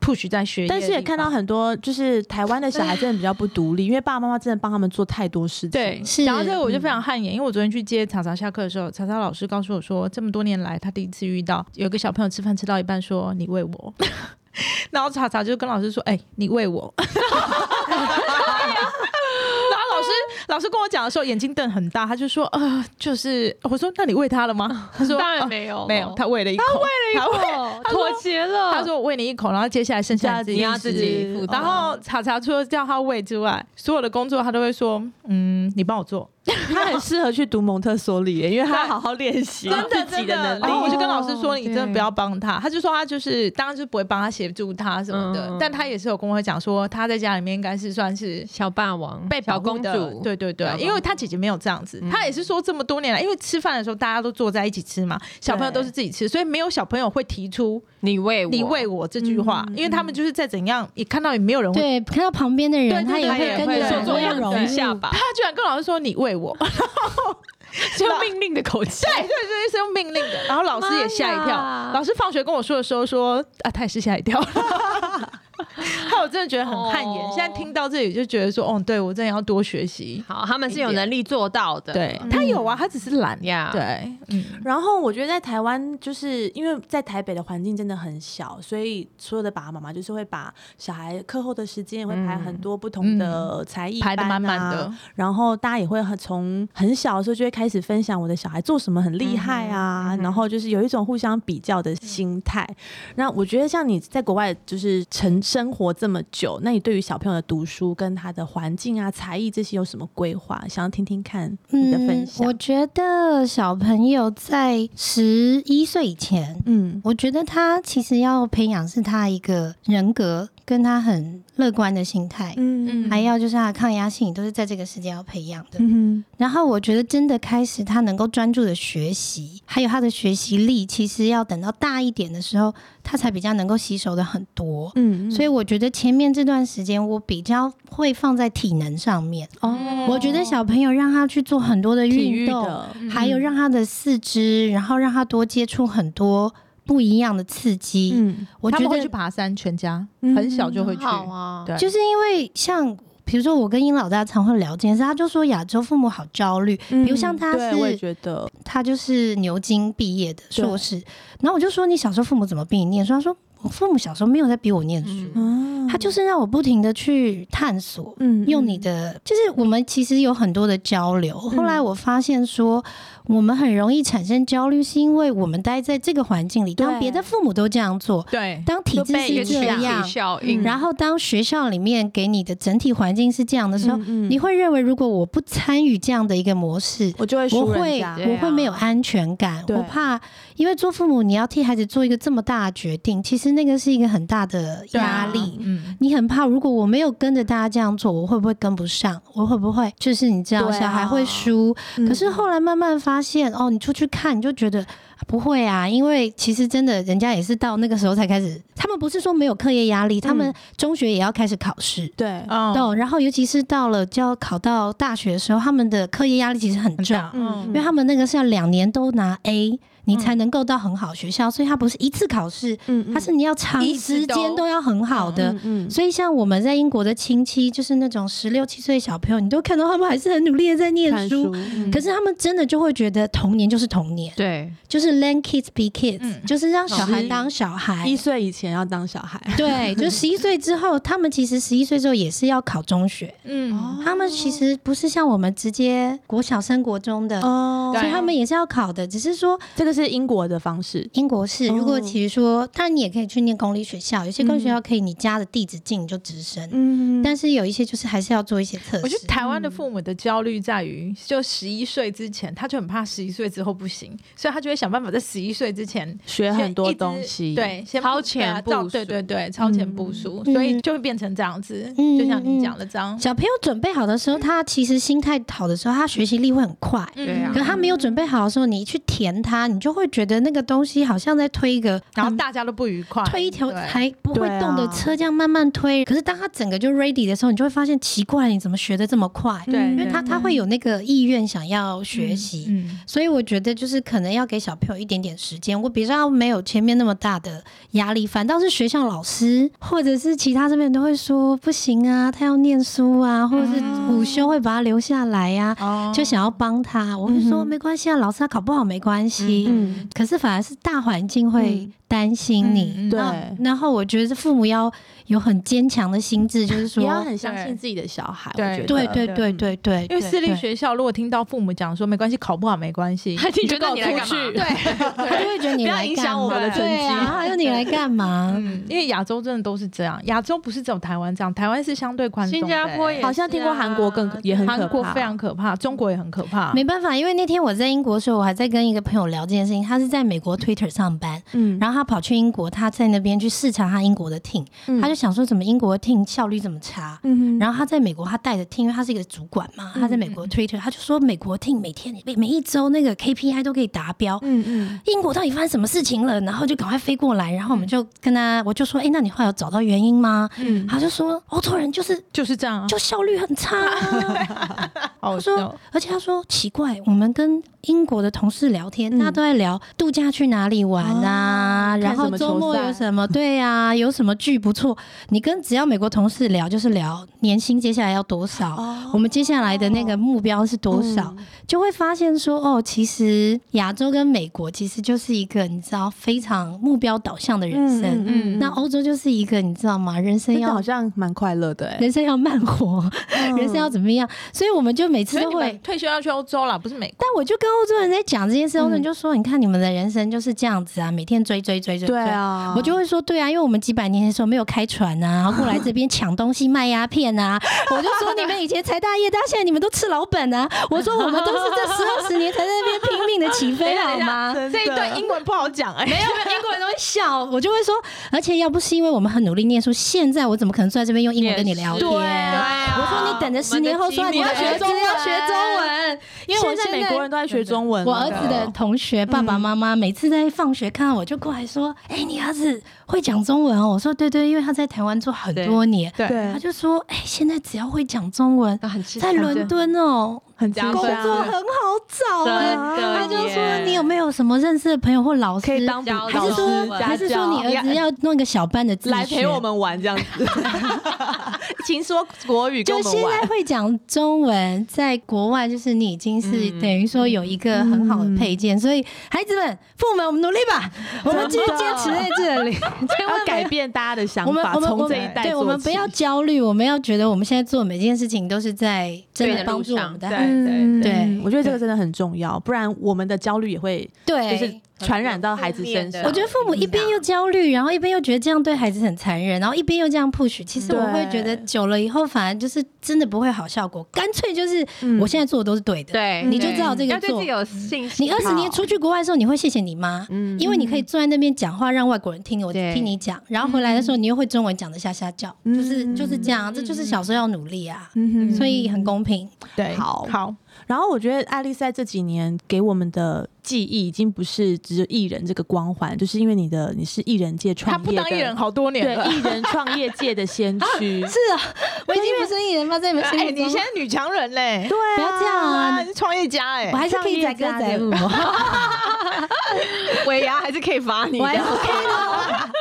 Speaker 3: push 在学业，
Speaker 1: 但是也看到。很多，就是台湾的小孩真的比较不独立，因为爸爸妈妈真的帮他们做太多事情。
Speaker 3: 对，
Speaker 2: 是嗯
Speaker 3: 讲到这个我就非常汗颜，因为我昨天去接查查下课的时候，查查老师告诉我说，这么多年来他第一次遇到有一个小朋友吃饭吃到一半说你喂我， <laughs> 然后查查就跟老师说，哎、你喂我。 <laughs> 然后老师老师跟我讲的时候，眼睛瞪很大，他就说：“呃，就是我说，那你喂他了吗？”他说：“
Speaker 5: 当然
Speaker 3: 呃
Speaker 5: 哦没有了，
Speaker 3: 没有，他喂了一口，他喂了一口，
Speaker 5: <laughs> 哦妥协了。
Speaker 3: 他说我喂你一口，然后接下来剩下的
Speaker 5: 你要自己
Speaker 1: 哦
Speaker 5: 负责
Speaker 3: 然后查查除了叫他喂之外，所有的工作他都会说，嗯，你帮我做。
Speaker 1: 他很适合去读蒙特梭利耶，因为他好好练习
Speaker 3: 真的
Speaker 1: 自己能力。
Speaker 3: 然后我就跟老师说，
Speaker 1: 哦
Speaker 3: 你真的
Speaker 5: 对
Speaker 3: 不要帮他。他就说他就是当然就不会帮他协助他什么的
Speaker 5: 嗯，
Speaker 3: 但他也是有跟我讲说，他在家里面应该是算是。
Speaker 5: 小霸王，
Speaker 3: 被保
Speaker 5: 小
Speaker 3: 护
Speaker 5: 公
Speaker 3: 的
Speaker 5: 主，
Speaker 3: 对对对
Speaker 5: 小，公主
Speaker 3: 因为他姐姐没有这样子，
Speaker 5: 嗯
Speaker 3: 他也是说这么多年来，因为吃饭的时候大家都坐在一起吃嘛，小朋友都是自己吃，所以没有小朋友会提出
Speaker 5: 你喂我，
Speaker 3: “你喂我”这句话，
Speaker 1: 嗯
Speaker 3: 因为他们就是再怎样也看到也没有人会
Speaker 2: 对，看到旁边的人，
Speaker 3: 对
Speaker 2: 他也
Speaker 3: 对
Speaker 2: 会
Speaker 3: 对
Speaker 2: 跟
Speaker 3: 对
Speaker 2: 着
Speaker 3: 对
Speaker 2: 很
Speaker 3: 对
Speaker 2: 温
Speaker 3: 对
Speaker 2: 柔。
Speaker 3: 对
Speaker 5: 下巴
Speaker 3: 他，居然跟老师说你喂我，
Speaker 5: <laughs> 就命令的口气，
Speaker 3: 对对对，是用命令的。然后老师也吓一
Speaker 5: 妈
Speaker 3: 跳
Speaker 5: 呀，
Speaker 3: 老师放学跟我说的时候说啊，他也是吓一跳。 <laughs> 害我真的觉得很汗颜，
Speaker 5: 哦
Speaker 3: 现在听到这里就觉得说，哦，对我真的要多学习。
Speaker 5: 好，他们是有能力做到的，
Speaker 3: 对他有啊，他只是懒
Speaker 5: 嗯呀，
Speaker 3: 对，嗯，
Speaker 1: 然后我觉得在台湾，就是因为在台北的环境真的很小，所以所有的爸爸妈妈就是会把小孩课后的时间也会排很多不同的才艺、班
Speaker 3: 嗯排的满满的
Speaker 1: 啊，，然后大家也会很从很小的时候就会开始分享我的小孩做什么很厉害
Speaker 2: 嗯
Speaker 1: 啊，然后就是有一种互相比较的心态。那我觉得像你在国外就是成生活这么久，那你对于小朋友的读书跟他的环境啊、才艺这些有什么规划？想要听听看你的分享
Speaker 2: 嗯我。觉得小朋友在十一岁以前，
Speaker 1: 嗯
Speaker 2: 我觉得他其实要培养是他一个人格，跟他很乐观的心态，
Speaker 1: 嗯
Speaker 2: 还要就是他的抗压性，都是在这个时间要培养的。
Speaker 1: 嗯
Speaker 2: 然后我觉得真的开始他能够专注的学习，还有他的学习力，其实要等到大一点的时候，他才比较能够吸收的很多。
Speaker 1: 嗯
Speaker 2: 所以我觉得前面这段时间，我比较会放在体能上面。
Speaker 1: 哦
Speaker 2: 我觉得小朋友让他去做很多的
Speaker 1: 体
Speaker 2: 运
Speaker 1: 育
Speaker 2: 动，
Speaker 1: 的，
Speaker 5: 嗯
Speaker 3: 嗯
Speaker 2: 还有让他的四肢，然后让他多接触很多不一样的刺激。
Speaker 1: 嗯
Speaker 2: 我
Speaker 3: 他
Speaker 2: 觉
Speaker 3: 们会去
Speaker 2: 得
Speaker 3: 爬山，全家
Speaker 1: 嗯
Speaker 3: 很小就会去，
Speaker 5: 好啊，
Speaker 3: 对，
Speaker 2: 就是因为像。比如说，我跟殷老大常会聊这件事，他就说亚洲父母好焦虑，
Speaker 1: 比
Speaker 2: 如像他
Speaker 1: 嗯对，我也
Speaker 2: 是
Speaker 1: 觉得
Speaker 2: 他就是牛津毕业的硕士。然后我就说：“你小时候父母怎么逼你念书？”他说：“我父母小时候没有在逼我念书，
Speaker 1: 嗯，
Speaker 2: 他就是让我不停的去探索，
Speaker 1: 嗯
Speaker 2: 用你的，就是我们其实有很多的交流。后
Speaker 1: 嗯
Speaker 2: 来我发现说，我们很容易产生焦虑，是因为我们待在这个环境里，当
Speaker 1: 对
Speaker 2: 别的父母都这样做，
Speaker 3: 对，
Speaker 2: 当体制
Speaker 5: 一个
Speaker 2: 是这
Speaker 5: 群体
Speaker 2: 样，
Speaker 5: 效
Speaker 1: 嗯
Speaker 5: 应，
Speaker 2: 然后当学校里面给你的整体环境是这样的时候，
Speaker 1: 嗯
Speaker 2: 你会认为如果我不参与这样的一个模式，
Speaker 1: 我就会
Speaker 2: 我
Speaker 1: 输人
Speaker 2: 会
Speaker 1: 家，啊
Speaker 2: 我会没有安全感，
Speaker 1: 对
Speaker 2: 我怕，因为做父母你要替孩子做一个这么大的决定，其实那个是一个很大的
Speaker 3: 对啊
Speaker 2: 压力。
Speaker 3: 嗯，
Speaker 2: 你很怕，如果我没有跟着大家这样做，我会不会跟不上？我会不会就是你知道，
Speaker 1: 对啊
Speaker 2: 小孩会输？
Speaker 1: 嗯
Speaker 2: 可是后来慢慢发现，哦，你出去看，你就觉得啊不会啊，因为其实真的，人家也是到那个时候才开始，他们不是说没有课业压力，他们中学也要开始考试。
Speaker 1: 对，
Speaker 3: 哦，
Speaker 2: 哦，然后尤其是到了就要考到大学的时候，他们的课业压力其实很
Speaker 3: 很
Speaker 2: 重，
Speaker 3: 大，
Speaker 1: 嗯
Speaker 3: 嗯
Speaker 2: 因为他们那个是要两年都拿 A，你
Speaker 3: 嗯
Speaker 2: 才能够到很好学校，所以他不是一次考试，
Speaker 1: 嗯
Speaker 2: 他是你要长
Speaker 5: 一直
Speaker 2: 时间
Speaker 5: 都
Speaker 2: 都要很好的。
Speaker 1: 嗯
Speaker 2: 所以，像我们在英国的亲戚，就是那种十六七岁的小朋友，你都看到他们还是很努力的在念
Speaker 1: 看
Speaker 2: 书。
Speaker 1: 书，嗯
Speaker 2: 可是他们真的就会觉得童年就是童年，
Speaker 5: 对，
Speaker 2: 就是 let kids be kids，、
Speaker 3: 嗯
Speaker 2: 就是让小孩
Speaker 1: 是
Speaker 2: 当小孩
Speaker 1: 一。岁以前要当小孩，
Speaker 2: 对，就十一岁之后，他们其实十一岁之后也是要考中学，
Speaker 1: 哦 <laughs>
Speaker 3: 嗯，
Speaker 2: 他们其实不是像我们直接国小升国中的，
Speaker 1: 哦
Speaker 2: 所以他们也是要考的。只是说
Speaker 1: 这个是英国的方式，
Speaker 2: 英国是，
Speaker 1: 哦
Speaker 2: 如果其实说，当然你也可以去念公立学校，有些公立学校可以你家的地址近你就直升，
Speaker 1: 嗯
Speaker 2: 但是有一些就是还是要做一些测试。
Speaker 3: 我觉得台湾
Speaker 2: 嗯
Speaker 3: 的父母的焦虑在于，就十一岁之前，他就很怕十一岁之后不行，所以他就会想办法在十一岁之前
Speaker 1: 学
Speaker 3: 先
Speaker 1: 很多
Speaker 3: 一直
Speaker 1: 东西，，
Speaker 3: 对，先
Speaker 5: 超
Speaker 3: 布
Speaker 5: 前
Speaker 3: 对啊
Speaker 5: 部
Speaker 3: 照
Speaker 5: 署嗯
Speaker 3: 对对对，超前部署，所以就会变成这样子，
Speaker 2: 嗯
Speaker 3: 就像你讲的这样，
Speaker 2: 小朋友准备好的
Speaker 3: 嗯
Speaker 2: 时候，他其实心态好的时候，他学习力会很快。
Speaker 3: 嗯
Speaker 5: 对啊
Speaker 2: 可他没有准备好的时候，你去填他，你就会觉得那个东西好像在推一个，
Speaker 3: 然后大家都不愉快，
Speaker 2: 推一条
Speaker 3: 对啊
Speaker 2: 还不会动
Speaker 1: 对
Speaker 2: 的
Speaker 1: 啊
Speaker 2: 车，这样慢慢推。可是当他整个就 ready 的时候，你就会发现奇怪，你怎么学的这么快？
Speaker 3: 对，
Speaker 1: 嗯
Speaker 2: 因为
Speaker 3: 对
Speaker 2: 他他会有那个意愿想要学习。
Speaker 3: 嗯，
Speaker 2: 所以我觉得就是可能要给小朋友一点点时间，我比较没有前面那么大的压力，反倒是学校老师或者是其他这边都会说不行啊，他要念书啊，或者是午休会把他留下来呀、
Speaker 3: 哦
Speaker 2: 就想要帮他。我会
Speaker 1: 嗯
Speaker 2: 说
Speaker 1: 哼
Speaker 2: 没关系啊，老师他考不好没关系。
Speaker 1: 嗯，
Speaker 2: 可是反而是大环境会
Speaker 1: 嗯
Speaker 2: 担心你，
Speaker 3: 嗯嗯
Speaker 1: 对
Speaker 2: 那然后我觉得父母要有很坚强的心智，就是
Speaker 1: 也要
Speaker 2: 说，
Speaker 1: 很相信
Speaker 3: 对
Speaker 1: 自己的小孩，我
Speaker 3: 对
Speaker 1: 觉得，
Speaker 2: 对对
Speaker 3: 的
Speaker 2: 对对对，
Speaker 3: 因为
Speaker 2: 对
Speaker 3: 私立
Speaker 2: 对
Speaker 3: 学校，如果听到父母讲说没关系，考不好没关系，
Speaker 5: 还 <laughs> 你觉得你来
Speaker 3: 就
Speaker 5: 干
Speaker 3: 告诉
Speaker 5: 嘛？
Speaker 3: 我对，
Speaker 2: 他就会觉得你
Speaker 5: 不要
Speaker 2: 来
Speaker 5: 影
Speaker 2: 干
Speaker 5: 响我
Speaker 2: 嘛
Speaker 5: 们的
Speaker 2: 对啊，他就你来干嘛？
Speaker 3: 嗯，因为亚洲真的都是这样，亚洲不是只有台湾这样，台湾是相对宽松的，
Speaker 5: 新加坡也
Speaker 1: 好像听过韩国更
Speaker 5: 是啊
Speaker 1: 也很可
Speaker 3: 韩国
Speaker 1: 怕
Speaker 3: 非常可怕，中国也很可
Speaker 1: 啊
Speaker 3: 怕，
Speaker 2: 没办法，因为那天我在英国的时候，我还在跟一个朋友聊这件事情。他是在美国 Twitter 上班，
Speaker 1: 嗯
Speaker 2: 然后他跑去英国，他在那边去视察他英国的 team，、
Speaker 1: 嗯
Speaker 2: 他就想说怎么英国的 team 效率这么差。
Speaker 1: 嗯
Speaker 2: 然后他在美国，他带着 team，因为他是一个主管嘛，他在美国 Twitter，他就说美国 team 每天每每一周那个 KPI 都可以达标。
Speaker 1: 嗯嗯
Speaker 2: 英国到底发生什么事情了？然后就赶快飞过来，然后我们就跟他，我就说，哎、那你后来有找到原因吗？
Speaker 1: 嗯，
Speaker 2: 他就说，欧洲人就是
Speaker 3: 就是这样啊，
Speaker 2: 就效率很差、啊。
Speaker 3: 好
Speaker 2: 我说
Speaker 3: 笑，
Speaker 2: 而且他说奇怪，我们跟英国的同事聊天，大家都在聊度假去哪里玩啊，然后周末有什么，对啊，有什么剧不错。你跟只要美国同事聊，就是聊年薪接下来要多少，
Speaker 1: 哦
Speaker 2: 我
Speaker 1: 嗯
Speaker 2: 们接下来的那个目标是多少，就会发现说，哦，其实亚洲跟美国其实就是一个你知道非常目标导向的人生，
Speaker 1: 嗯
Speaker 2: 那欧洲就是一个你知道吗？人生
Speaker 1: 真的
Speaker 2: 要
Speaker 1: 好像蛮快乐的哎，
Speaker 2: 人生要慢活， <laughs> 人生要怎么样？所以我们就每次
Speaker 3: 所以
Speaker 2: 都
Speaker 3: 你
Speaker 2: 会
Speaker 3: 们。退休要去欧洲啦，不是美国，
Speaker 2: 但我就跟欧洲人在讲这件事，欧洲人就说：“你看你们的人生就是这样子啊，每天追追追追。”
Speaker 1: 对。啊，
Speaker 2: 我就会说对啊，因为我们几百年前的时候没有开船啊，然后过来这边抢东西卖鸦片啊，我就说你们以前才大业大，现在你们都吃老本啊。我说我们都是这十二十年才在那边拼命的起飞好
Speaker 1: 啊
Speaker 2: 吗？
Speaker 3: 这一段英文不好讲哎，
Speaker 2: 没有，英国人都会笑，我就会说，而且要不是因为我们很努力念书，现在我怎么可能坐在这边用英文跟你聊天？
Speaker 5: 对
Speaker 4: 啊
Speaker 2: 啊我说你等着十年后说
Speaker 5: 你
Speaker 2: 你
Speaker 5: 要
Speaker 2: 的
Speaker 5: 学
Speaker 2: 儿子
Speaker 5: 中文，要学中文，因为我
Speaker 1: 现在美
Speaker 5: 在
Speaker 1: 国人都在学中文，
Speaker 2: 我儿子的同学爸爸妈妈每次在放学看到我就过来说：“哎、你儿子会讲中文哦？”我说：“对对，因为他在台湾住很多年。”
Speaker 3: 对
Speaker 1: 对
Speaker 2: 他就说：“哎、现在只要会讲中文，
Speaker 5: 啊很期
Speaker 2: 在伦敦哦，
Speaker 1: 很
Speaker 5: 加
Speaker 1: 吃
Speaker 2: 工
Speaker 5: 分
Speaker 1: 香
Speaker 2: 作很好找
Speaker 5: 真
Speaker 2: 哎、
Speaker 5: 的
Speaker 2: 他就说
Speaker 5: 耶
Speaker 2: 你有没有什么认识的朋友或老师
Speaker 1: 可以当补
Speaker 5: 教
Speaker 2: 还是
Speaker 1: 老
Speaker 2: 说
Speaker 1: 师
Speaker 2: 还是说你
Speaker 1: 家教
Speaker 2: 儿子要弄一个小班的自
Speaker 1: 来
Speaker 2: 学
Speaker 1: 陪我？们玩这样子， <laughs> 请说国语跟
Speaker 2: 就
Speaker 1: 我
Speaker 2: 现
Speaker 1: 们
Speaker 2: 在
Speaker 1: 玩。
Speaker 2: 会讲中文，在国外就是你已经是
Speaker 5: 嗯
Speaker 2: 等于说有一个很好的配
Speaker 1: 嗯
Speaker 2: 件，所以孩子们、父母们，我们努力
Speaker 1: <laughs>
Speaker 2: 吧，我们继续坚持在这里，千
Speaker 1: 要
Speaker 2: 万不要
Speaker 1: 改变大家的想
Speaker 2: 我们
Speaker 1: 法，
Speaker 2: 我们
Speaker 1: 从
Speaker 2: 我
Speaker 1: 这
Speaker 2: 们
Speaker 1: 一代
Speaker 2: 对，我
Speaker 1: 做
Speaker 2: 们不
Speaker 1: 起
Speaker 2: 要焦虑，我们要觉得我们现在做每件事情都是在真的
Speaker 5: 对的
Speaker 2: 帮
Speaker 5: 路
Speaker 2: 助我
Speaker 5: 上
Speaker 2: 们的
Speaker 5: 对
Speaker 2: 孩子，嗯对
Speaker 1: 我觉得这个真的很重要，不然我们的焦虑也会就
Speaker 2: 对，
Speaker 1: 是传染到孩子身
Speaker 5: 啊
Speaker 1: 上。
Speaker 2: 我觉得父母一边又焦虑，然后一边又觉得这样对孩子很残忍，然后一边又这样 push，其实
Speaker 1: 对
Speaker 2: 我会觉得久了以后，反而就是真的不会好效果，干脆就是
Speaker 1: 嗯
Speaker 2: 我现在做的都是对嗯的，
Speaker 5: 对
Speaker 2: 你就知道这
Speaker 5: 要
Speaker 2: 个
Speaker 5: 对自
Speaker 2: 做
Speaker 5: 己。有信心。
Speaker 2: 你二十年出去国外的时候，你会谢谢你妈，
Speaker 5: 嗯
Speaker 2: 因为你可以坐在那边讲话，让外国人听，我
Speaker 5: 对
Speaker 2: 听你讲，然后回来的时候，你又会中文讲的下下叫，
Speaker 1: 嗯
Speaker 2: 就是就是这样，这就是小时候要努力啊，
Speaker 1: 嗯哼
Speaker 2: 所以很公平。
Speaker 3: 对，
Speaker 1: 好
Speaker 3: 好，
Speaker 1: 然后我觉得爱丽丝在这几年给我们的记忆，已经不是只有艺人这个光环，就是因为你的你是艺人界创
Speaker 3: 他
Speaker 1: 业的，
Speaker 3: 不当艺人好多年
Speaker 1: 对
Speaker 3: 了。
Speaker 1: 艺人创业界的先驱， <laughs>
Speaker 2: 是啊，我已经不是艺人吗？在你们心
Speaker 3: 哎，
Speaker 2: 目
Speaker 3: 你
Speaker 2: 中
Speaker 3: 现，在女强人
Speaker 1: <laughs>
Speaker 3: 嘞，
Speaker 1: 对啊，
Speaker 2: 不要这样啊
Speaker 3: 啊，！你是创业家哎
Speaker 2: 我，还是可以载歌载舞。
Speaker 5: 尾牙还是可以罚你
Speaker 2: 我还
Speaker 5: 的。
Speaker 2: OK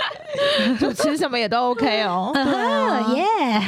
Speaker 3: 主持什么也都 OK <laughs> 哦。
Speaker 2: 嗯的，耶！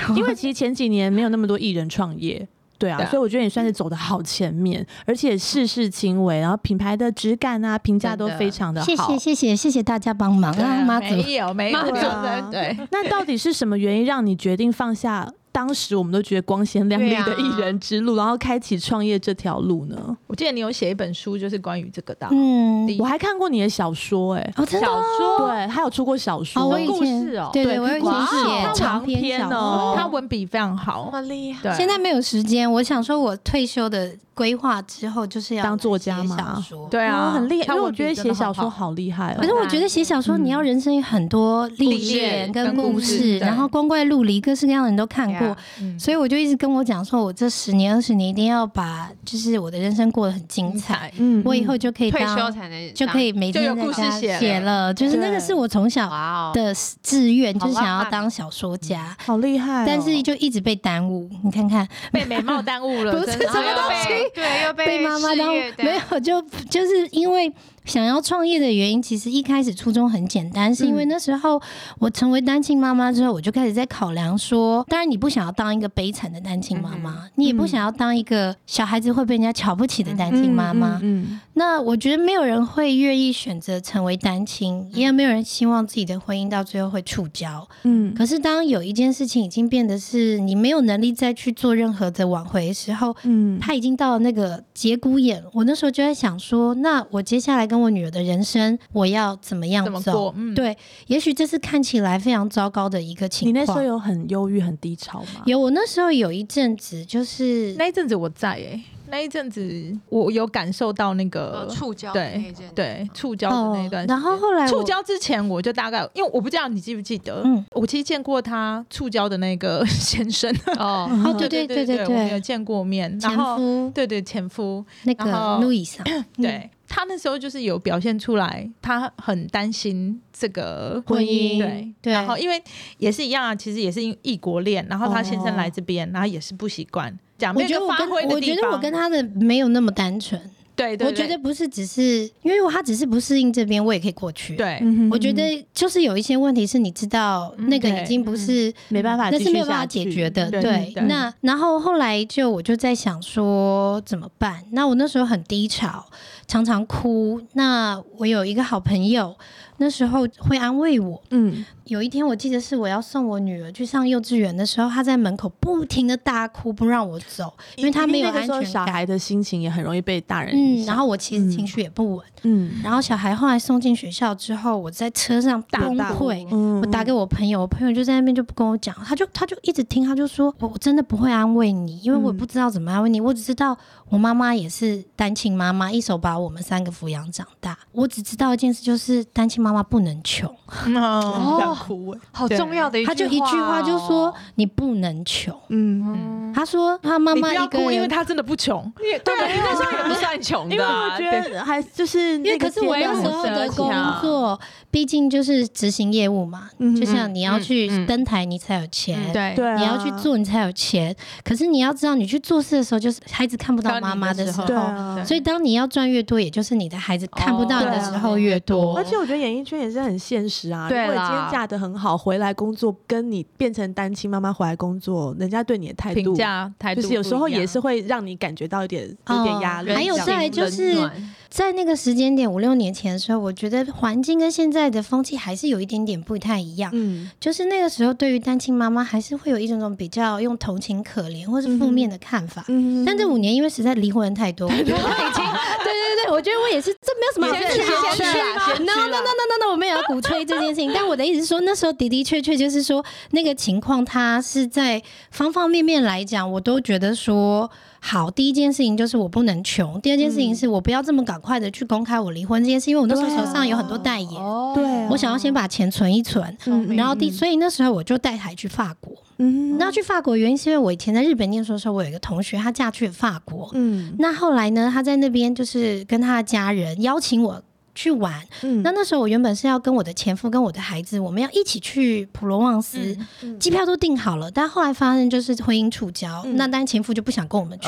Speaker 1: <laughs> 因为其实前几年没有那么多艺人创业。对啊
Speaker 3: 对，啊
Speaker 1: 所以我觉得你算是走的好前面，而且事事亲为，然后品牌的质感啊、评价都
Speaker 5: 真的
Speaker 1: 非常的好。
Speaker 2: 谢谢谢谢谢谢大家帮忙啊，妈祖。
Speaker 3: 没有没有，
Speaker 1: 祖
Speaker 3: 真的对，
Speaker 1: 那到底是什么原因让你决定放下当时我们都觉得光鲜亮丽的艺人之路，然后开启创业这条路呢？
Speaker 3: 我记得你有写一本书，就是关于这个的啊。
Speaker 2: 嗯，
Speaker 1: 我还看过你的小说、欸，
Speaker 2: 哦，真的哦，
Speaker 1: 对，还有出过小说，
Speaker 2: 哦我以
Speaker 1: 故
Speaker 2: 前
Speaker 1: 事哦，
Speaker 2: 对对，
Speaker 1: 对
Speaker 2: 我有
Speaker 1: 哇
Speaker 2: 以前
Speaker 1: 哦
Speaker 2: 写长篇
Speaker 1: 长篇
Speaker 2: 小
Speaker 1: 哦
Speaker 3: 他文笔非常好，
Speaker 5: 厉害！
Speaker 3: 对，
Speaker 2: 现在没有时间，我想说，我退休的规划之后就是要
Speaker 1: 当作家
Speaker 2: 写
Speaker 1: 嘛
Speaker 2: 小说。
Speaker 3: 对
Speaker 1: 哦
Speaker 3: 啊，
Speaker 1: 很厉害，
Speaker 3: 他
Speaker 1: 因为我
Speaker 3: 文笔
Speaker 1: 觉得
Speaker 3: 真
Speaker 1: 写
Speaker 3: 的
Speaker 1: 小
Speaker 3: 很
Speaker 1: 说
Speaker 3: 好，
Speaker 1: 好厉害哦
Speaker 2: 可。是我觉得写小说，你要人生有很多历
Speaker 5: 历
Speaker 2: 练
Speaker 5: 练
Speaker 2: 跟
Speaker 5: 跟
Speaker 2: 故
Speaker 5: 故事
Speaker 2: 事，
Speaker 5: 对
Speaker 2: 然后光怪陆离，各式各样的人都看过
Speaker 5: Yeah，
Speaker 3: 嗯
Speaker 2: 所以我就一直跟我讲说，我这十年二十年一定要把，就是我的人生过得很精彩，
Speaker 1: 嗯
Speaker 2: 我以后就可以
Speaker 5: 退
Speaker 2: 当
Speaker 5: 休才能
Speaker 2: 就可以每
Speaker 3: 就有
Speaker 2: 天在
Speaker 3: 故事
Speaker 2: 家
Speaker 3: 写了
Speaker 2: 写了，就是那
Speaker 1: 对
Speaker 2: 个是我从
Speaker 5: 当。
Speaker 2: 小
Speaker 5: 哇哦，
Speaker 2: 的志愿，就
Speaker 5: 好
Speaker 2: 是
Speaker 5: 浪
Speaker 2: 想要
Speaker 5: 漫
Speaker 2: 当小说家，
Speaker 1: 好厉害哦、
Speaker 2: 但是就一直被耽误。你看看，
Speaker 3: 被
Speaker 2: <laughs>
Speaker 3: 美貌耽误了，
Speaker 2: 不是
Speaker 3: 真的哎
Speaker 2: 什么
Speaker 5: 然后又
Speaker 2: 东西
Speaker 5: 被对，又被
Speaker 2: 被妈妈
Speaker 5: 事
Speaker 2: 耽误 <laughs>
Speaker 5: 业，
Speaker 2: 没有就就是因为想要创业的原因，其实一开始初衷很简单，是因为
Speaker 1: 嗯
Speaker 2: 那时候我成为单亲妈妈之后，我就开始在考量说，当然你不想要当一个悲惨的单亲妈
Speaker 5: 嗯
Speaker 2: 妈，你也不
Speaker 1: 嗯
Speaker 2: 想要当一个小孩子会被人家瞧不起的单亲妈妈。
Speaker 1: 嗯，
Speaker 2: 那我觉得没有人会愿意选择成为单亲，也没有人希望自己的婚姻到最后会触礁。
Speaker 1: 嗯嗯
Speaker 2: 可是当有一件事情已经变得是你没有能力再去做任何的挽回的时候，
Speaker 1: 嗯，
Speaker 2: 他已经到了那个节骨眼，我那时候就在想说，那我接下来跟我女儿的人生，我要怎么样
Speaker 3: 怎么
Speaker 2: 走？
Speaker 3: 过？嗯，
Speaker 2: 哦对，也许这是看起来非常糟糕的一个情
Speaker 1: 你
Speaker 2: 况。
Speaker 1: 那时候有很忧郁、很低潮吗？
Speaker 2: 有我那时候有一阵子就是
Speaker 3: 那一阵子我在哎，那一阵子我有感受到那
Speaker 5: 呃
Speaker 3: 个
Speaker 4: 哦
Speaker 5: 触礁的那
Speaker 3: 对
Speaker 5: 一件
Speaker 3: 对触礁的那一段时间，
Speaker 2: 哦然后后哎来我
Speaker 3: 触礁之前，我就大概，因为我不知道你记不记得，
Speaker 2: 嗯
Speaker 3: 我其实见过他触礁的那个 <laughs> 先生，
Speaker 5: 哦，
Speaker 2: <laughs> 哦，
Speaker 1: 嗯
Speaker 2: 对
Speaker 3: 对
Speaker 2: 对
Speaker 3: 对
Speaker 2: 对，
Speaker 3: 我们有见过面，然
Speaker 2: 前
Speaker 3: 后
Speaker 2: 夫
Speaker 3: 对对前夫，
Speaker 2: 那个
Speaker 3: 然后
Speaker 2: Louis 啊，嗯
Speaker 3: 对他那时候就是有表现出来，他很担心这个
Speaker 2: 婚姻
Speaker 3: 对
Speaker 2: 对
Speaker 3: 然后因为也是一样啊，其实也是因异国恋，然后他先
Speaker 1: 哦
Speaker 3: 生来这边，然后也是不习惯，讲
Speaker 2: 我
Speaker 3: 没
Speaker 2: 觉
Speaker 3: 有
Speaker 2: 得
Speaker 3: 一个
Speaker 2: 我
Speaker 3: 发
Speaker 2: 跟
Speaker 3: 挥的
Speaker 2: 我
Speaker 3: 地
Speaker 2: 觉得
Speaker 3: 方，
Speaker 2: 我跟他的没有那么单纯，
Speaker 3: 对对，
Speaker 2: 我觉得不是只是因为他只是不适应这边，我也可以过去。
Speaker 3: 对。对 <laughs>
Speaker 1: 嗯哼
Speaker 2: 我觉得就是有一些问题是你知道
Speaker 5: 嗯
Speaker 2: 那个
Speaker 3: 对
Speaker 2: 已经不是
Speaker 1: 没办法，
Speaker 2: 那是没有办法解决的。
Speaker 3: 对
Speaker 2: 对，
Speaker 3: 对
Speaker 2: 那然后后来就我就在想说怎么办？那我那时候很低潮，常常哭。那我有一个好朋友，那时候会安慰我。
Speaker 1: 嗯，
Speaker 2: 有一天我记得是我要送我女儿去上幼稚园的时候，她在门口不停的大哭，不让我走，因为她没有
Speaker 1: 那个
Speaker 2: 安
Speaker 1: 时候
Speaker 2: 全
Speaker 1: 小
Speaker 2: 感。
Speaker 1: 孩的心情也很容易被大人
Speaker 2: 嗯，
Speaker 1: 影
Speaker 2: 然
Speaker 1: 响。
Speaker 2: 后我其实
Speaker 1: 哎嗯
Speaker 2: 情绪也不稳。
Speaker 1: 嗯
Speaker 2: 然后小孩后来送进学校之后，我在车上
Speaker 3: 大
Speaker 2: 崩
Speaker 3: 大
Speaker 2: 溃。
Speaker 1: 嗯
Speaker 2: 我打给我朋友，我朋友就在那边就不跟我讲，他就他就一直听，他就说我我真的不会安慰你，因为我
Speaker 1: 嗯
Speaker 2: 不知道怎么安慰你，我只知道我妈妈也是单亲妈妈，一手把我们三个抚养长大。我只知道一件事，就是单亲妈妈妈不能穷，
Speaker 3: 哦，想哭哎，
Speaker 4: 好重要的一句
Speaker 2: 她
Speaker 4: 话、哦
Speaker 2: 就一句话就
Speaker 5: 哦
Speaker 2: 说，你不能穷。
Speaker 3: 嗯，
Speaker 4: 嗯，
Speaker 2: 她说她妈
Speaker 3: 你
Speaker 2: 妈
Speaker 3: 不
Speaker 2: 一
Speaker 3: 要
Speaker 2: 个
Speaker 3: 哭，因为
Speaker 2: 人，
Speaker 3: 他真的不穷，
Speaker 4: 对，你那时候也不算穷
Speaker 1: 因为
Speaker 4: 的
Speaker 1: 我
Speaker 4: 啊，
Speaker 1: 觉得还就是
Speaker 2: 因为
Speaker 1: 那个
Speaker 2: 可是我
Speaker 1: 阶
Speaker 2: 那
Speaker 1: 段
Speaker 2: 时候的工作，毕竟就是执行业务嘛，
Speaker 1: 嗯
Speaker 2: 就像你要
Speaker 4: 嗯
Speaker 2: 去
Speaker 4: 嗯
Speaker 2: 登台你才有钱，
Speaker 4: 对
Speaker 1: 对啊，
Speaker 2: 你要去做你才有钱。可是你要知道，你去做事的时候，就是孩子看不到妈妈的
Speaker 3: 当你
Speaker 2: 时候
Speaker 3: 的时候，
Speaker 1: 对啊。
Speaker 2: 哦所以当你要赚越多，也就是你的孩子看不到你的时候越
Speaker 4: 哦
Speaker 2: 多。
Speaker 1: 而且我觉得演艺圈也是很现实啊，
Speaker 4: 对
Speaker 1: 如果你今
Speaker 4: 啦
Speaker 1: 天嫁得很好，回来工作，跟你变成单亲妈妈回来工作，人家对你的态度
Speaker 3: 评价态度
Speaker 1: 就是有时
Speaker 3: 不
Speaker 1: 候
Speaker 3: 一样
Speaker 1: 也是会让你感觉到一点有
Speaker 2: 哦
Speaker 1: 点压力。
Speaker 2: 还有
Speaker 1: 这样
Speaker 2: 再来就是
Speaker 4: 人情冷暖
Speaker 2: 在那个时间点，五六年前的时候，我觉得环境跟现在的风气还是有一点点不太一样。
Speaker 1: 嗯，
Speaker 2: 就是那个时候，对于单亲妈妈还是会有一种种比较用同情可怜或是负面的看法。
Speaker 1: 嗯
Speaker 2: 但这五年因为实在离婚人太多，我觉得我已经对对对，我觉得我也是这没有什么好
Speaker 4: 先去
Speaker 2: 好
Speaker 4: 先去啦
Speaker 1: <laughs>
Speaker 4: 先去啦
Speaker 2: No no no no no no，我们也要鼓吹这件事情。但我的意思是说，那时候的的确确就是说那个情况，它是在方方面面来讲，我都觉得说好。第一件事情就是我不能穷，第二件事
Speaker 1: 嗯
Speaker 2: 情是我不要这么赶快的去公开我离婚这件事，因为我那时
Speaker 1: 啊
Speaker 2: 候手上有很多代言，
Speaker 4: 哦
Speaker 1: 对啊
Speaker 2: 我想要先把钱存一存。
Speaker 1: 嗯
Speaker 2: 然后第，所以那时候我就带孩去法国。
Speaker 1: 嗯
Speaker 2: 那去法国原因是因为我以前在日本念书的时候，我有一个同学，她嫁去了法国。
Speaker 1: 嗯
Speaker 2: 那后来呢，她在那边就是跟她的家人邀请我去玩。
Speaker 1: 嗯
Speaker 2: 那那时候我原本是要跟我的前夫跟我的孩子，我们要一起去普罗旺斯，
Speaker 1: 嗯
Speaker 2: 机票都订好了。但后来发现就是婚姻触礁，
Speaker 1: 嗯
Speaker 2: 那当然前夫就不想跟我们去。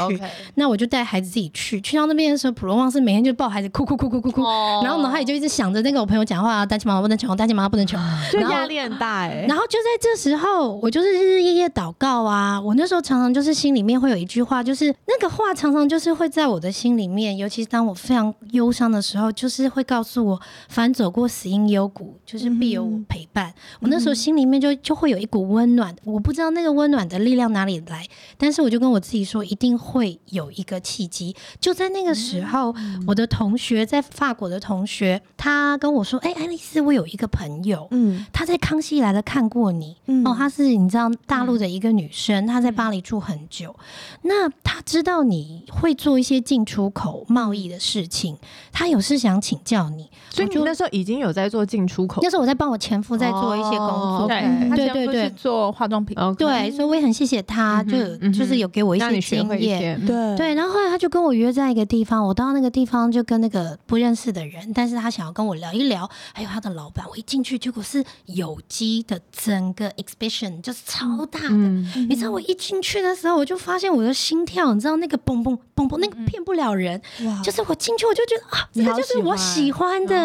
Speaker 2: 那我就带孩子自己去。去到那边的时候，普罗旺斯每天就抱孩子哭哭哭哭哭哭，
Speaker 4: 哦
Speaker 2: 然后脑海里就一直想着那个我朋友讲话啊，单亲妈妈不能穷，单亲妈妈不能穷。
Speaker 1: 就
Speaker 2: 然后
Speaker 1: 压力很大哎。
Speaker 2: 然后就在这时候，我就是日日夜夜祷告啊。我那时候常常就是心里面会有一句话，就是那个话常常就是会在我的心里面，尤其是当我非常忧伤的时候，就是会告诉我：凡走过死荫幽谷，就是必有我陪伴。我那时候心里面就就会有一股温暖，我不知道那个温暖的力量哪里来，但是我就跟我自己说，一定会有一个契机。就在那个时候，我的同学在法国的同学，他跟我说：“哎、爱丽丝，我有一个朋友。”
Speaker 1: 嗯
Speaker 2: 她在《康熙来了》看过你、
Speaker 1: 嗯
Speaker 2: 哦，她是你知道大陆的一个女生，她在
Speaker 4: 嗯
Speaker 2: 巴黎住很久。那她知道你会做一些进出口贸易的事情，
Speaker 4: 嗯
Speaker 2: 她有事想请教你。
Speaker 4: 所以
Speaker 2: 我
Speaker 4: 你
Speaker 2: 就
Speaker 4: 那时候已经有在做进出口
Speaker 2: 那时候我在帮我前夫在做一些工作，
Speaker 4: 哦
Speaker 3: 对
Speaker 1: 嗯
Speaker 4: OK
Speaker 3: 他
Speaker 2: 对
Speaker 3: 前夫
Speaker 2: 对对
Speaker 3: 是做化妆品，
Speaker 4: ，OK，
Speaker 2: 对，所以我也很谢谢他，
Speaker 4: 嗯哼
Speaker 2: 就、
Speaker 4: 嗯哼
Speaker 2: 就是有给我一
Speaker 4: 哦让
Speaker 2: 些
Speaker 4: 你学
Speaker 2: 经
Speaker 4: 会一
Speaker 2: 验。
Speaker 4: 些，嗯
Speaker 1: 对
Speaker 2: 对，然后后来他就跟我约在一个地方，我到那个地方就跟那个不认识的人，但是他想要跟我聊一聊，还有他的老板。我一进去，结果是有机的整个 exhibition，就是超大的。
Speaker 4: 嗯，
Speaker 2: 你知道我一进去的时候，我就发现我的心跳，你知道那个蹦蹦蹦蹦，那个骗不了人。
Speaker 1: 哇
Speaker 2: 就是我进去，我就觉得啊，这
Speaker 1: 你
Speaker 2: 个
Speaker 1: 好
Speaker 2: 就是
Speaker 1: 喜
Speaker 2: 我
Speaker 1: 欢哦
Speaker 2: 喜欢的。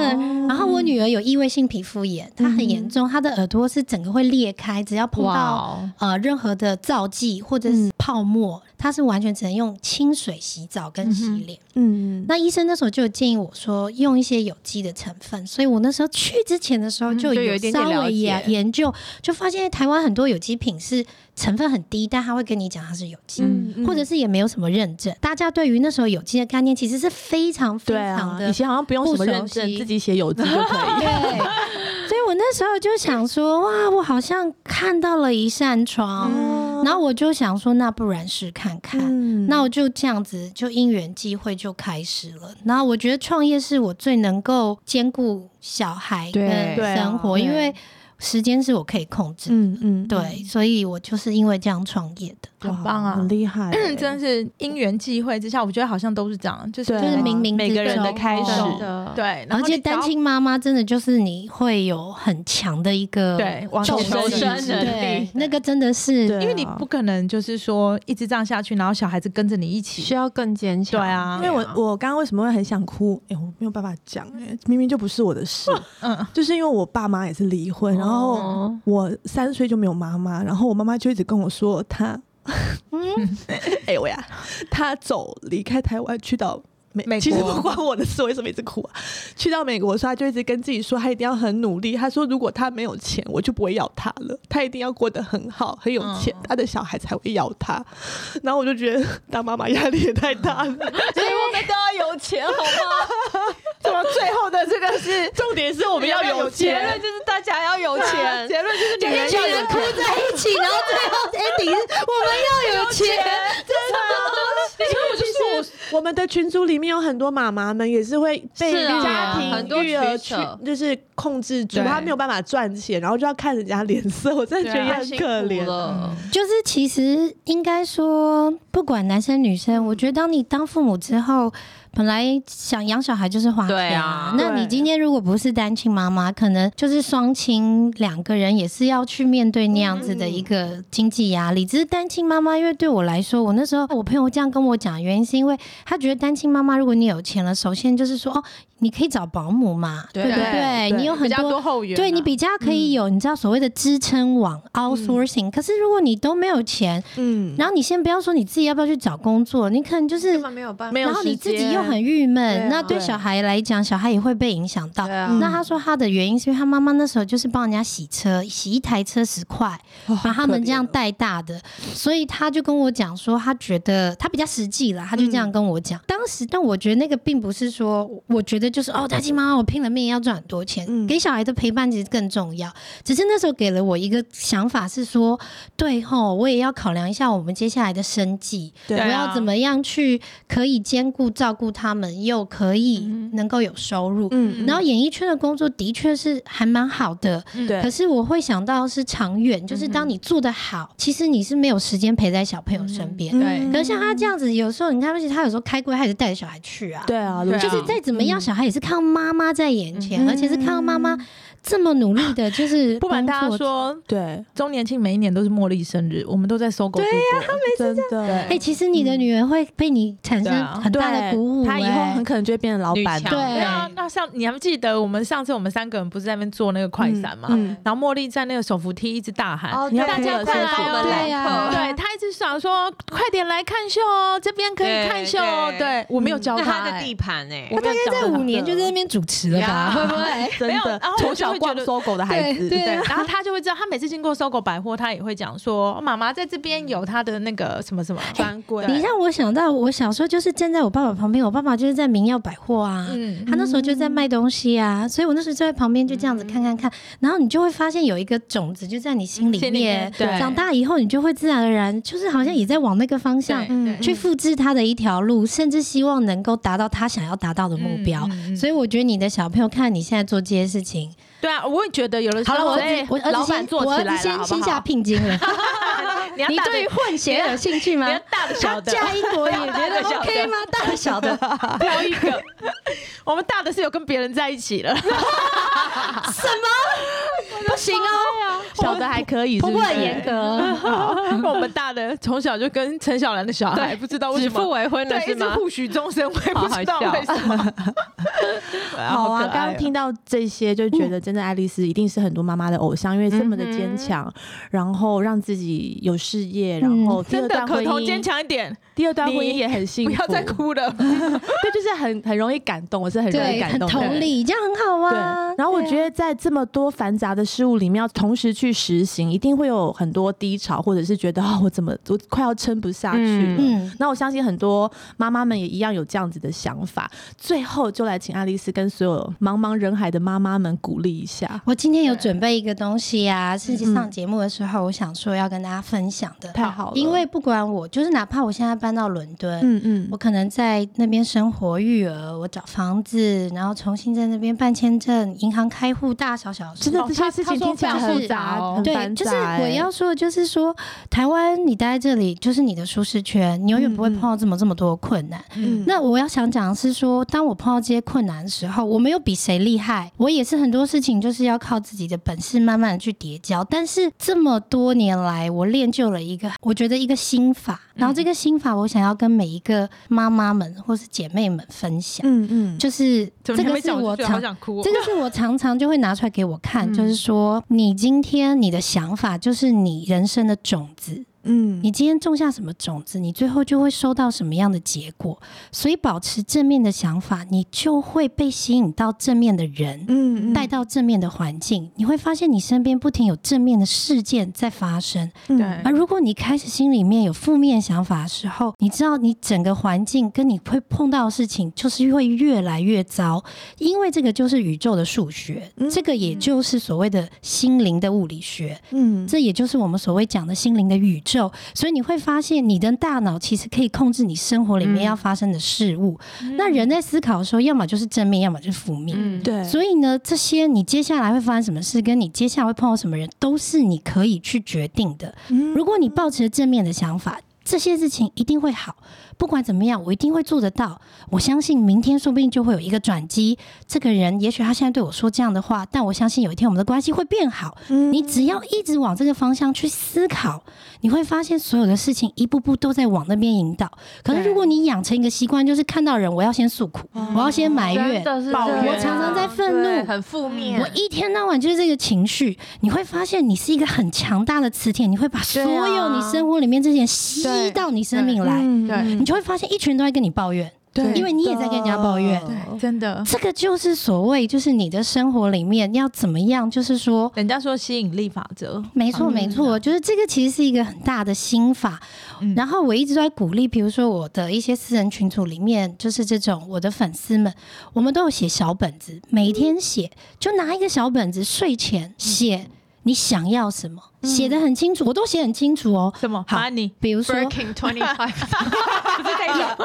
Speaker 2: 然后我女儿有异位性皮肤炎，她很严重，她的耳朵是整个会裂开，只要碰
Speaker 4: 哇
Speaker 2: 到
Speaker 4: 哦，
Speaker 2: 呃任何的皂剂或者是泡沫，它是完全只能用清水洗澡跟洗脸。
Speaker 1: 嗯
Speaker 2: 那医生那时候就有建议我说用一些有机的成分，所以我那时候去之前的时候
Speaker 4: 嗯
Speaker 2: 就
Speaker 4: 就有一点点
Speaker 2: 稍
Speaker 4: 了
Speaker 2: 微
Speaker 4: 解
Speaker 2: 研研究，就发现台湾很多有机品是成分很低，但他会跟你讲它是有机。
Speaker 1: 嗯
Speaker 2: 或者是也没有什么认证，大家对于那时候有机的概念其实是非常非
Speaker 1: 对
Speaker 2: 常
Speaker 1: 啊，
Speaker 2: 的
Speaker 1: 以前好像
Speaker 4: 哦
Speaker 1: 不用什么认
Speaker 2: 不熟
Speaker 1: 证，
Speaker 2: 悉
Speaker 1: 自己写有字就可以。
Speaker 2: 对，
Speaker 1: <laughs>
Speaker 2: 所以我那时候就想说，哇，我好像看到了一扇窗，哦然后我就想说，那不然试看看。
Speaker 1: 嗯嗯
Speaker 2: 那我就这样子，就因缘际会就开始了。然后我觉得创业是我最能够兼顾小孩
Speaker 4: 对
Speaker 2: 跟
Speaker 1: 对啊
Speaker 2: 生活，
Speaker 1: 对
Speaker 2: 因为时间是我可以控制的。
Speaker 1: 嗯嗯，
Speaker 2: 对，所以我就是因为这样创业的，
Speaker 1: 哇
Speaker 3: 很棒啊
Speaker 1: 哦很厉 <clears throat> 害
Speaker 3: <clears throat>
Speaker 1: 欸，
Speaker 3: 真的是因缘际会之下，我觉得好像都是这样，就是
Speaker 1: 对
Speaker 2: 就是
Speaker 1: 啊
Speaker 2: 冥冥
Speaker 3: 每
Speaker 2: 之
Speaker 3: 个人
Speaker 2: 中
Speaker 3: 的开始
Speaker 2: 哦
Speaker 4: 真的，
Speaker 3: 对，然
Speaker 2: 而
Speaker 3: 后
Speaker 2: 且
Speaker 3: 你只要
Speaker 2: 单亲妈妈真的就是你会有很强的一个
Speaker 3: 对往
Speaker 2: 斗
Speaker 3: 前
Speaker 2: 争
Speaker 3: 求生
Speaker 2: 意志
Speaker 1: 啊
Speaker 4: 能力
Speaker 2: 对，那个真的是
Speaker 1: 对啊
Speaker 3: 因为你不可能就是说一直这样下去，然后小孩子跟着你一
Speaker 4: 需
Speaker 3: 起。
Speaker 2: 啊
Speaker 4: 要更坚强，
Speaker 3: 对啊
Speaker 1: 因为我我刚刚为什么会很想哭？哎、我没有办法讲，哎，明明就不是我的
Speaker 2: <laughs>
Speaker 1: 事，
Speaker 3: 嗯，
Speaker 1: 就是因为我爸妈也是离婚，然后
Speaker 4: 哦
Speaker 1: 我三岁就没有妈妈，然后我妈妈就一直跟我说她， <laughs> 哎、我呀，她走离开台湾去到。美
Speaker 3: 美国
Speaker 1: 其实不关我的事，为什么一直哭啊？去到美国，所以她就一直跟自己说，她一定要很努力。她说，如果她没有钱，我就不会要她了。她一定要过得很好，很有钱，
Speaker 3: 嗯
Speaker 1: 她的小孩才会要她。然后我就觉得当妈妈压力也太大了。
Speaker 4: 我们都要有钱，好吗？
Speaker 1: <laughs>
Speaker 3: 怎么最后的这个是
Speaker 1: 重点是我们要有
Speaker 4: 结
Speaker 1: 钱啊
Speaker 4: 论。就是大家
Speaker 3: <laughs>
Speaker 4: 要有钱，
Speaker 3: 啊结论就是
Speaker 2: 这
Speaker 3: 女
Speaker 2: 一
Speaker 3: 人
Speaker 2: 群
Speaker 3: 要
Speaker 2: 人
Speaker 3: 有
Speaker 2: 哭在一起，然后
Speaker 3: <laughs>
Speaker 2: 最后 ending 是我们要有钱，
Speaker 3: 所以我就说
Speaker 1: 我们的群组里面有很多妈妈们也是会被
Speaker 5: 是啊
Speaker 1: 家庭、
Speaker 5: 很多
Speaker 1: 育儿
Speaker 5: 取
Speaker 1: 去
Speaker 5: 舍
Speaker 1: 就是控制住，
Speaker 3: 对
Speaker 1: 她没有办法赚钱，然后就要看人家脸色，我真的
Speaker 4: 啊
Speaker 1: 觉得也
Speaker 5: 太
Speaker 1: 很
Speaker 5: 辛
Speaker 1: 可
Speaker 5: 苦
Speaker 1: 怜。
Speaker 2: 嗯
Speaker 5: 了。
Speaker 2: 就是其实应该说，不管男生女生，我觉得当你当父母之后，本来想养小孩就是花
Speaker 5: 对
Speaker 2: 钱
Speaker 5: 啊
Speaker 2: 那你
Speaker 1: 对
Speaker 2: 今天如果不是单亲妈妈，可能就是双亲两个人也是要去面对那样子的一个
Speaker 5: 嗯
Speaker 2: 经济压力。只是单亲妈妈，因为对我来说，我那时候我朋友这样跟我讲，原因是因为他觉得单亲妈妈，如果你有钱了，首先就是说哦，你可以找保姆嘛，
Speaker 5: 对
Speaker 2: 对不
Speaker 1: 对对
Speaker 2: 对？你有
Speaker 3: 比
Speaker 2: 很
Speaker 3: 较
Speaker 2: 多
Speaker 3: 多后援啊，
Speaker 2: 对你比较可以有，你知道所谓的支撑网 outsourcing、可是如果你都没有钱，
Speaker 1: 嗯，
Speaker 2: 然后你先不要说你自己要不要去找工作，你可能就是
Speaker 4: 根，本没有办法
Speaker 1: 没，有
Speaker 2: 然后
Speaker 1: 时
Speaker 2: 你自己
Speaker 1: 间
Speaker 2: 又很郁闷，
Speaker 4: 对啊
Speaker 2: 那对小孩来讲，小孩也会被影响到
Speaker 4: 对。啊，
Speaker 2: 那他说他的原因是因为他妈妈那时候就是帮人家洗车，洗一台车十块，
Speaker 1: 哦
Speaker 2: 把他们这样
Speaker 1: 好可怜哦
Speaker 2: 带大的，所以他就跟我讲说，他觉得他比较实际了，他就这样跟我
Speaker 1: 嗯
Speaker 2: 讲。当时，但我觉得那个并不是说，我觉得就是哦，大金妈，我拼了命要赚很多钱，
Speaker 1: 嗯
Speaker 2: 给小孩的陪伴其实更重要。只是那时候给了我一个想法是说，对吼，我也要考量一下我们接下来的生计，
Speaker 1: 对
Speaker 2: 我
Speaker 3: 啊
Speaker 2: 要怎么样去可以兼顾照顾他们，又可以能够有收入。
Speaker 1: 嗯
Speaker 2: 然后演艺圈的工作的确是还蛮好的，
Speaker 1: 对
Speaker 2: 可是我会想到是长远，就是当你做得好，其实你是没有时间陪在小朋友身边。
Speaker 1: 嗯
Speaker 2: 可是像他这样子，有时候你看，而且他有时候开会，他也是带着小孩去啊。
Speaker 1: 对啊，
Speaker 3: 对啊
Speaker 2: 就是再怎么样，小孩也是看到妈妈在眼前，
Speaker 1: 嗯
Speaker 2: 而且是看到妈妈这么努力的，就
Speaker 3: <laughs>
Speaker 2: 是
Speaker 3: 不瞒大家
Speaker 2: 工作。
Speaker 3: 说，
Speaker 1: 对，
Speaker 3: 周年庆每一年都是茉莉生日，我们都在搜狗度过。
Speaker 1: 真的
Speaker 5: 对
Speaker 2: 哎，其实你的女儿会被你产生
Speaker 3: 对啊
Speaker 2: 很大的
Speaker 1: 对
Speaker 2: 鼓舞，
Speaker 1: 她以后
Speaker 2: 哎
Speaker 1: 很可能就会变成老
Speaker 5: 女
Speaker 1: 板
Speaker 5: 强
Speaker 1: 的，
Speaker 2: 对
Speaker 3: 对啊，那上你还不记得我们上次我们三个人不是在那边做那个快闪吗？
Speaker 1: 嗯
Speaker 3: 然后茉莉在那个手扶梯一直大喊，
Speaker 4: 哦
Speaker 1: 你要
Speaker 3: 大
Speaker 4: 对
Speaker 3: 家快来哦
Speaker 2: 对啊
Speaker 3: 对他一直想说，快点来看秀哦，这边可以看秀哦。
Speaker 5: 对
Speaker 3: 对我没有
Speaker 2: 嗯
Speaker 3: 教
Speaker 5: 那他的
Speaker 3: 哎
Speaker 5: 地盘哎，
Speaker 3: 我没有教他
Speaker 2: 在五年就在那边主持了吧？
Speaker 5: 呀
Speaker 2: 会不会？
Speaker 1: 真
Speaker 3: 没有
Speaker 1: 的
Speaker 3: 然后，我
Speaker 1: 从
Speaker 3: 就
Speaker 1: 小
Speaker 3: 会觉
Speaker 1: 逛
Speaker 3: 得
Speaker 1: 搜狗的孩子，
Speaker 2: 对
Speaker 3: 对，啊然后他就会知道，他每次经过搜狗百货，他也会讲说，妈妈在这边有他的那个什么什么。
Speaker 2: 哎
Speaker 1: 专柜
Speaker 2: <laughs> 你让我想到，我小时候就是站在我爸爸旁边，我爸爸就是在明耀百货啊，
Speaker 3: 嗯，
Speaker 2: 他那时候就在卖东西啊，所以我那时候就在旁边就这样子看看看，然后你就会发现有一个种子就在你心里
Speaker 3: 心里面
Speaker 2: 面，
Speaker 3: 对
Speaker 2: 长大以后你就会自然而然就是好像也在往那个方向
Speaker 1: 嗯
Speaker 2: 去复制他的一条路，甚至希望能够达到他想要达到的
Speaker 3: 嗯
Speaker 2: 目标。所以我觉得你的小朋友看你现在做这些事情，
Speaker 3: 对啊，我也觉得有的时
Speaker 2: 好
Speaker 3: 候，
Speaker 2: 了，我儿
Speaker 3: 哎
Speaker 2: 子我儿
Speaker 3: 老
Speaker 2: 子
Speaker 3: 板
Speaker 2: 先
Speaker 3: 做
Speaker 2: 我
Speaker 3: 起来
Speaker 2: 儿子
Speaker 3: 了，
Speaker 2: 先
Speaker 3: 好不
Speaker 2: 先下
Speaker 3: 好？
Speaker 2: 聘金了。
Speaker 3: <laughs> 你要
Speaker 2: 你
Speaker 3: 大的
Speaker 2: 对于混血有兴趣吗
Speaker 3: 你要？大的
Speaker 2: <laughs>
Speaker 3: 小
Speaker 2: 他
Speaker 3: 的，
Speaker 2: 嫁英
Speaker 3: <laughs>
Speaker 2: 国也觉得
Speaker 3: 小的
Speaker 2: OK 吗？大的小的，
Speaker 3: <laughs> 挑一个。我们大的是有跟别人在一
Speaker 1: <laughs>
Speaker 3: 起了，
Speaker 2: 不行哦，
Speaker 3: 啊
Speaker 1: 小的还可以，
Speaker 2: 婆婆
Speaker 1: 是
Speaker 2: 很
Speaker 1: 是
Speaker 2: 严格。
Speaker 1: <laughs>
Speaker 3: 好，我们大的从小就跟陈小兰的小孩，不知道为什
Speaker 5: 指腹
Speaker 3: 么。
Speaker 5: 为婚了
Speaker 3: 对，
Speaker 5: 是
Speaker 3: 一直
Speaker 5: 吗？
Speaker 3: 互许终身，我也不知道 <laughs>
Speaker 5: 好好笑
Speaker 3: 为什么。对
Speaker 1: 好啊，
Speaker 3: 可爱哦
Speaker 1: 刚刚听到这些，就觉得真的爱丽丝一定是很多妈妈的偶像，因为这么的坚
Speaker 3: 嗯
Speaker 1: 强，然后让自己有事业，然后第
Speaker 3: 真
Speaker 1: 二
Speaker 3: 的
Speaker 1: 段
Speaker 3: 可
Speaker 1: 啊婚
Speaker 3: 头坚
Speaker 1: 姻，
Speaker 3: 强一点，
Speaker 1: 第二段婚姻
Speaker 3: 你
Speaker 1: 也很幸
Speaker 3: 不
Speaker 1: 福，
Speaker 3: 要再，哭了。
Speaker 1: 对，就是很很容易感动，我是很容易
Speaker 2: 对，
Speaker 1: 感
Speaker 2: 很
Speaker 1: 动的人，
Speaker 2: 同理，这样很好
Speaker 1: 对
Speaker 2: 啊。，
Speaker 1: 然后我
Speaker 2: 对啊
Speaker 1: 觉得在这么多繁杂的事物里面，要同时去实行，一定会有很多低潮，或者是觉得啊、我怎么我快要撑不下去了。
Speaker 2: 嗯
Speaker 1: 那我相信很多妈妈们也一样有这样子的想法。最后，就来请爱丽丝跟所有茫茫人海的妈妈们鼓励一下。
Speaker 2: 我今天有准备一个东西啊，是上节目的时候我想说要跟大家分享的，
Speaker 1: 太嗯好了，
Speaker 2: 因为不管我，就是哪怕我现在搬到伦敦。
Speaker 1: 嗯嗯
Speaker 2: 我可能在那边生活、育儿，我找房子，然后重新在那边办签证、银行开户，大小小事
Speaker 1: 真。的
Speaker 3: 哦
Speaker 1: 这些
Speaker 3: 他
Speaker 1: 事
Speaker 3: 他
Speaker 1: 情
Speaker 3: 说
Speaker 1: 听起来
Speaker 3: 非常
Speaker 1: 很
Speaker 3: 复杂
Speaker 1: 杂，
Speaker 3: 哦
Speaker 1: 很
Speaker 2: 对，
Speaker 1: 繁
Speaker 2: 就
Speaker 1: 杂
Speaker 2: 是
Speaker 1: 欸。
Speaker 2: 我要说，的就是说，台湾你待在这里就是你的舒适圈，你永远不会
Speaker 1: 嗯嗯
Speaker 2: 碰到这么这么多的困难。
Speaker 1: 嗯
Speaker 2: 那我要想讲的是说，当我碰到这些困难的时候，我没有比谁厉害，我也是很多事情就是要靠自己的本事慢慢的去叠交。但是这么多年来，我练就了一个我觉得一个心法，
Speaker 3: 嗯
Speaker 2: 然后这个心法我想要跟每一个妈妈们或是姐妹们分享，
Speaker 1: 嗯嗯，
Speaker 2: 就是这
Speaker 3: 怎么你还
Speaker 2: 个
Speaker 3: 没
Speaker 2: 是
Speaker 3: 讲，
Speaker 2: 我
Speaker 3: 就觉得好
Speaker 2: 常。
Speaker 3: 想哭哦。
Speaker 2: 这个是我常常就会拿出来给我看，
Speaker 3: 嗯
Speaker 2: 就是说，你今天你的想法就是你人生的种子，
Speaker 1: 嗯
Speaker 2: 你今天种下什么种子，你最后就会收到什么样的结果。所以保持正面的想法，你就会被吸引到正面的人，
Speaker 1: 嗯
Speaker 2: 带到正面的环境。你会发现你身边不停有正面的事件在发生。
Speaker 1: 对
Speaker 3: 对
Speaker 2: 嗯而如果你开始心里面有负面想法的时候，你知道你整个环境跟你会碰到的事情就是会越来越糟，因为这个就是宇宙的数学，
Speaker 1: 嗯
Speaker 2: 这个也就是所谓的心灵的物理学，
Speaker 1: 嗯
Speaker 2: 这也就是我们所谓讲的心灵的宇宙。受，所以你会发现你的大脑其实可以控制你生活里面要发生的事物。那人在思考的时候，要么就是正面，要么就是负面。
Speaker 5: 嗯，
Speaker 1: 对，
Speaker 2: 所以呢，这些你接下来会发生什么事，跟你接下来会碰到什么人，都是你可以去决定的。
Speaker 1: 嗯
Speaker 2: 如果你抱持正面的想法，这些事情一定会好。不管怎么样，我一定会做得到。我相信明天说不定就会有一个转机。这个人，也许他现在对我说这样的话，但我相信有一天我们的关系会变好。你只要一直往这个方向去思考，你会发现所有的事情一步步都在往那边引导。可是
Speaker 1: 对
Speaker 2: 如果你养成一个习惯，就是看到人我要先诉苦，我要先埋怨，
Speaker 5: 是
Speaker 1: 抱
Speaker 5: 这
Speaker 1: 怨
Speaker 5: 样
Speaker 2: 我常常在愤怒
Speaker 4: 对很负面
Speaker 2: 我。一天到晚就是这个情绪，你会发现你是一个很强大的磁铁，你会把所有你生活里面这些吸
Speaker 4: 对
Speaker 2: 到你生命来，
Speaker 1: 嗯
Speaker 5: 对
Speaker 1: 嗯
Speaker 2: 你就会发现一群人都在跟你抱怨，
Speaker 1: 对
Speaker 2: 因为你也在跟人家抱怨。
Speaker 3: 对，真的。
Speaker 2: 这个就是所谓，就是你的生活里面要怎么样，就是说。
Speaker 3: <laughs> 人家说吸引力法则，
Speaker 2: 没错，
Speaker 3: 嗯
Speaker 2: 没错，就是这个其实是一个很大的心法。
Speaker 3: 嗯
Speaker 2: 然后我一直都在鼓励，比如说我的一些私人群组里面，就是这种我的粉丝们，我们都有写小本子，每天写，就拿一个小本子，睡前写你想要什么，写的很清楚，我都写很清楚哦。
Speaker 3: 什么
Speaker 2: 好
Speaker 3: money
Speaker 2: 比如说，也
Speaker 5: Birkin Twenty Five，
Speaker 2: 也可以啊，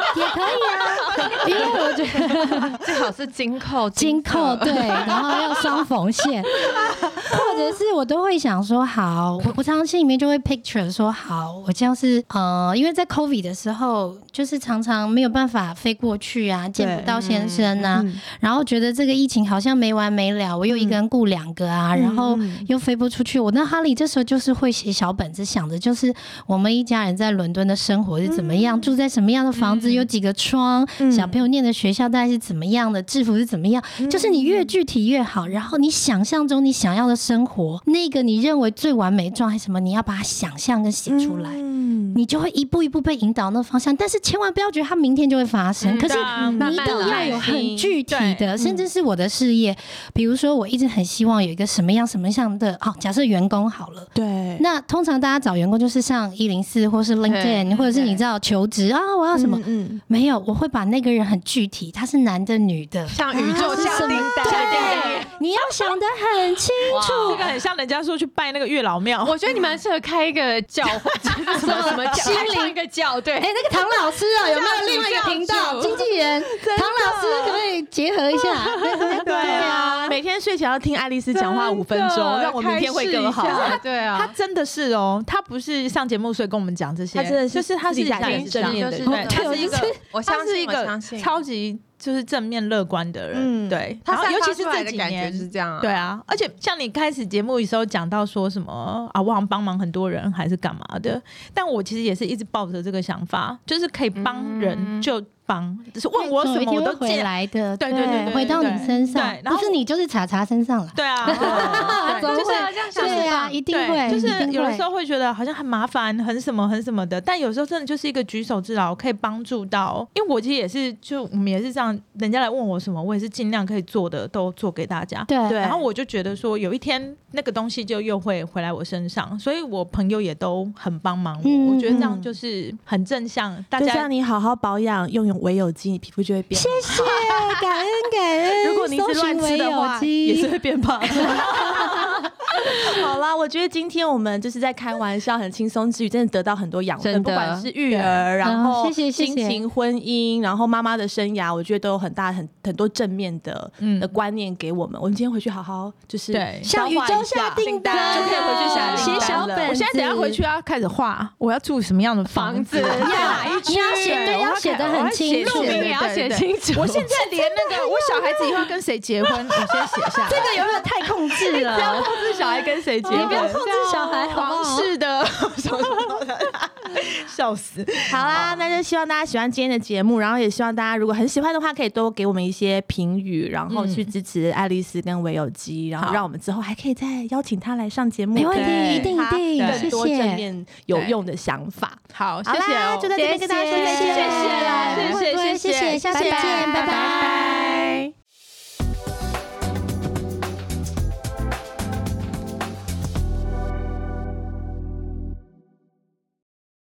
Speaker 2: <laughs> 因为我觉得
Speaker 4: <laughs> 最好是金扣，
Speaker 2: 金扣对，然后要双缝线，或者是我都会想说，好，我我常常心里面就会 picture 说，好，我就是呃，因为在 COVID 的时候，就是常常没有办法飞过去啊，见不到先生啊，
Speaker 1: 嗯
Speaker 2: 然后觉得这个疫情好像没完没了，我又一个人顾两个啊，然后又飞不出去。我那哈利这时候就是会写小本子，想着就是我们一家人在伦敦的生活是怎么样，住在什么样的房子，有几个窗，
Speaker 1: 嗯
Speaker 2: 小朋友念的学校大概是怎么样的，制服是怎么样，就是你越具体越好。然后你想象中你想要的生活，那个你认为最完美状态是什么，你要把它想象跟写出来。
Speaker 1: 嗯
Speaker 2: 你就会一步一步被引导那方向，但是千万不要觉得它明天就会发生。可是
Speaker 3: 啊
Speaker 1: 嗯
Speaker 2: 你一定要有很具体的，甚至是我的事业，比如说我一直很希望有一个什么样什么样的哦，假设员工好了。
Speaker 1: 对，
Speaker 2: 那通常大家找员工就是上一零四或是 LinkedIn，或者是你知道求职啊，我要什么？
Speaker 1: 嗯
Speaker 2: 没有，我会把那个人很具体，他是男的女的，
Speaker 5: 像宇宙
Speaker 2: 啊是
Speaker 5: 下
Speaker 2: 什么
Speaker 5: 订单，
Speaker 2: 对，你要想得很清
Speaker 3: 这个很像人家说去拜那个月老庙，
Speaker 4: 我觉得你蛮适合开一个教会，就是什么什么教，开创一个教，对
Speaker 2: 哎、，那个唐老师啊，有没有另外一个频道？经
Speaker 3: <laughs>
Speaker 2: 纪人唐老师可不可以结合一下？
Speaker 3: 对啊，每天睡前要听爱丽丝讲话五分钟，
Speaker 4: 呃
Speaker 3: 让我明天会更好。
Speaker 4: 对
Speaker 3: 他
Speaker 4: 啊，
Speaker 3: 真的是哦，他不是上节目所以跟我们讲这些，
Speaker 1: 他真的是
Speaker 3: 就是他
Speaker 1: 私
Speaker 3: 是
Speaker 1: 底下
Speaker 3: 也
Speaker 1: 也
Speaker 3: 是
Speaker 1: 是
Speaker 3: 这
Speaker 1: 正
Speaker 3: 样
Speaker 1: 面的
Speaker 3: 对
Speaker 1: 人
Speaker 3: 对啊
Speaker 4: 对
Speaker 3: 他是一
Speaker 4: 我
Speaker 3: 个
Speaker 4: 就是我相
Speaker 3: 他
Speaker 4: 信
Speaker 3: 是一
Speaker 4: 我
Speaker 3: 个
Speaker 4: 相信
Speaker 3: 超级就是正面乐观的人，
Speaker 1: 嗯
Speaker 3: 对，
Speaker 4: 他
Speaker 3: 然后
Speaker 4: 散
Speaker 3: 尤
Speaker 4: 发
Speaker 3: 其是
Speaker 4: 出来
Speaker 3: 这
Speaker 4: 的
Speaker 3: 几
Speaker 4: 感觉是
Speaker 3: 年。
Speaker 4: 这样啊，
Speaker 3: 对啊，而且像你开始节目的时候讲到说什么啊，我好像帮忙很多人还是干嘛的，但我其实也是一直抱着这个想法，就是可以帮人就帮，只是问我什么我
Speaker 2: 总有一天会
Speaker 3: 都
Speaker 2: 回
Speaker 3: 接。
Speaker 2: 来的，
Speaker 3: 对对对对
Speaker 2: 回到你身上
Speaker 3: 对，然
Speaker 2: 不
Speaker 3: 后
Speaker 2: 是你就是查查身上了，
Speaker 3: 对
Speaker 2: <laughs>
Speaker 3: 啊，对
Speaker 2: 总
Speaker 3: 就是
Speaker 2: 会
Speaker 4: 这样想
Speaker 2: 对啊，一定会，
Speaker 3: 就是
Speaker 2: 一定
Speaker 3: 有的
Speaker 2: 会
Speaker 3: 时。候会觉得好像很麻烦，很什么很什么的，但有时候真的就是一个举手之劳，可以帮助到。因为我其实也是，就我们也是这样，人家来问我什么，我也是尽量可以做的都做给大家。
Speaker 2: 对
Speaker 3: 然后我就觉得说，有一天那个东西就又会回来我身上，所以我朋友也都很帮忙我。
Speaker 2: 嗯
Speaker 3: 我觉得这样
Speaker 1: 嗯
Speaker 3: 就是很正向，大
Speaker 1: 就
Speaker 3: 家
Speaker 1: 像你好好保养，用用维有机，你皮肤就会变好。 <laughs>
Speaker 2: 谢，感恩感恩
Speaker 1: 如果你一直乱吃的话，也是会变胖。 <laughs> 好啦，我觉得今天我们就是在开玩笑，很轻松之余，真的啊得到很多养分，
Speaker 4: 真
Speaker 1: 不
Speaker 4: 的
Speaker 1: 管是育儿，然后
Speaker 2: 嗯谢谢谢谢
Speaker 1: 亲情、婚姻，然后妈妈的生涯，我觉得都有很大很很多正面的
Speaker 3: 嗯
Speaker 1: 的观念给我们。我们今天回去好好就是
Speaker 3: 对
Speaker 1: 消化
Speaker 2: 像宇宙
Speaker 1: 一
Speaker 2: 下订
Speaker 1: 单
Speaker 2: 单
Speaker 1: 就可以回去下
Speaker 2: 写
Speaker 1: 订单
Speaker 2: 小
Speaker 1: 了
Speaker 2: 本
Speaker 3: 我现在等一下回去要开始画，我要住什么样的房子？
Speaker 4: 房子
Speaker 2: 呀，你要写对，要写的很清楚
Speaker 4: 路。名也要写清楚，
Speaker 3: 我 <laughs> 现在连那个我小孩子以后跟谁结婚，我先写下来。
Speaker 2: 这个有没有太控制
Speaker 1: <laughs>
Speaker 2: 了？
Speaker 4: 控制小孩跟谁结
Speaker 2: 你不要控制小孩，好不好？
Speaker 3: 是的，什么什么的，笑死！
Speaker 1: 好啦，那就希望大家喜欢今天的节目，然后也希望大家如果很喜欢的话，可以多给我们一些评语，然后去支持爱丽丝跟维有基，然后
Speaker 3: 好
Speaker 1: 让我们之后还可以再邀请她来上节目，
Speaker 2: 没问
Speaker 1: 对
Speaker 2: 题，一定一定，谢
Speaker 1: 更多正
Speaker 2: 谢。
Speaker 1: 面有用的想法。
Speaker 3: 好，谢
Speaker 1: 好
Speaker 3: 谢哦
Speaker 1: 啦，就在这边跟大家说再见，
Speaker 2: 谢谢谢谢
Speaker 5: 谢谢
Speaker 2: 谢谢，下次见，拜拜。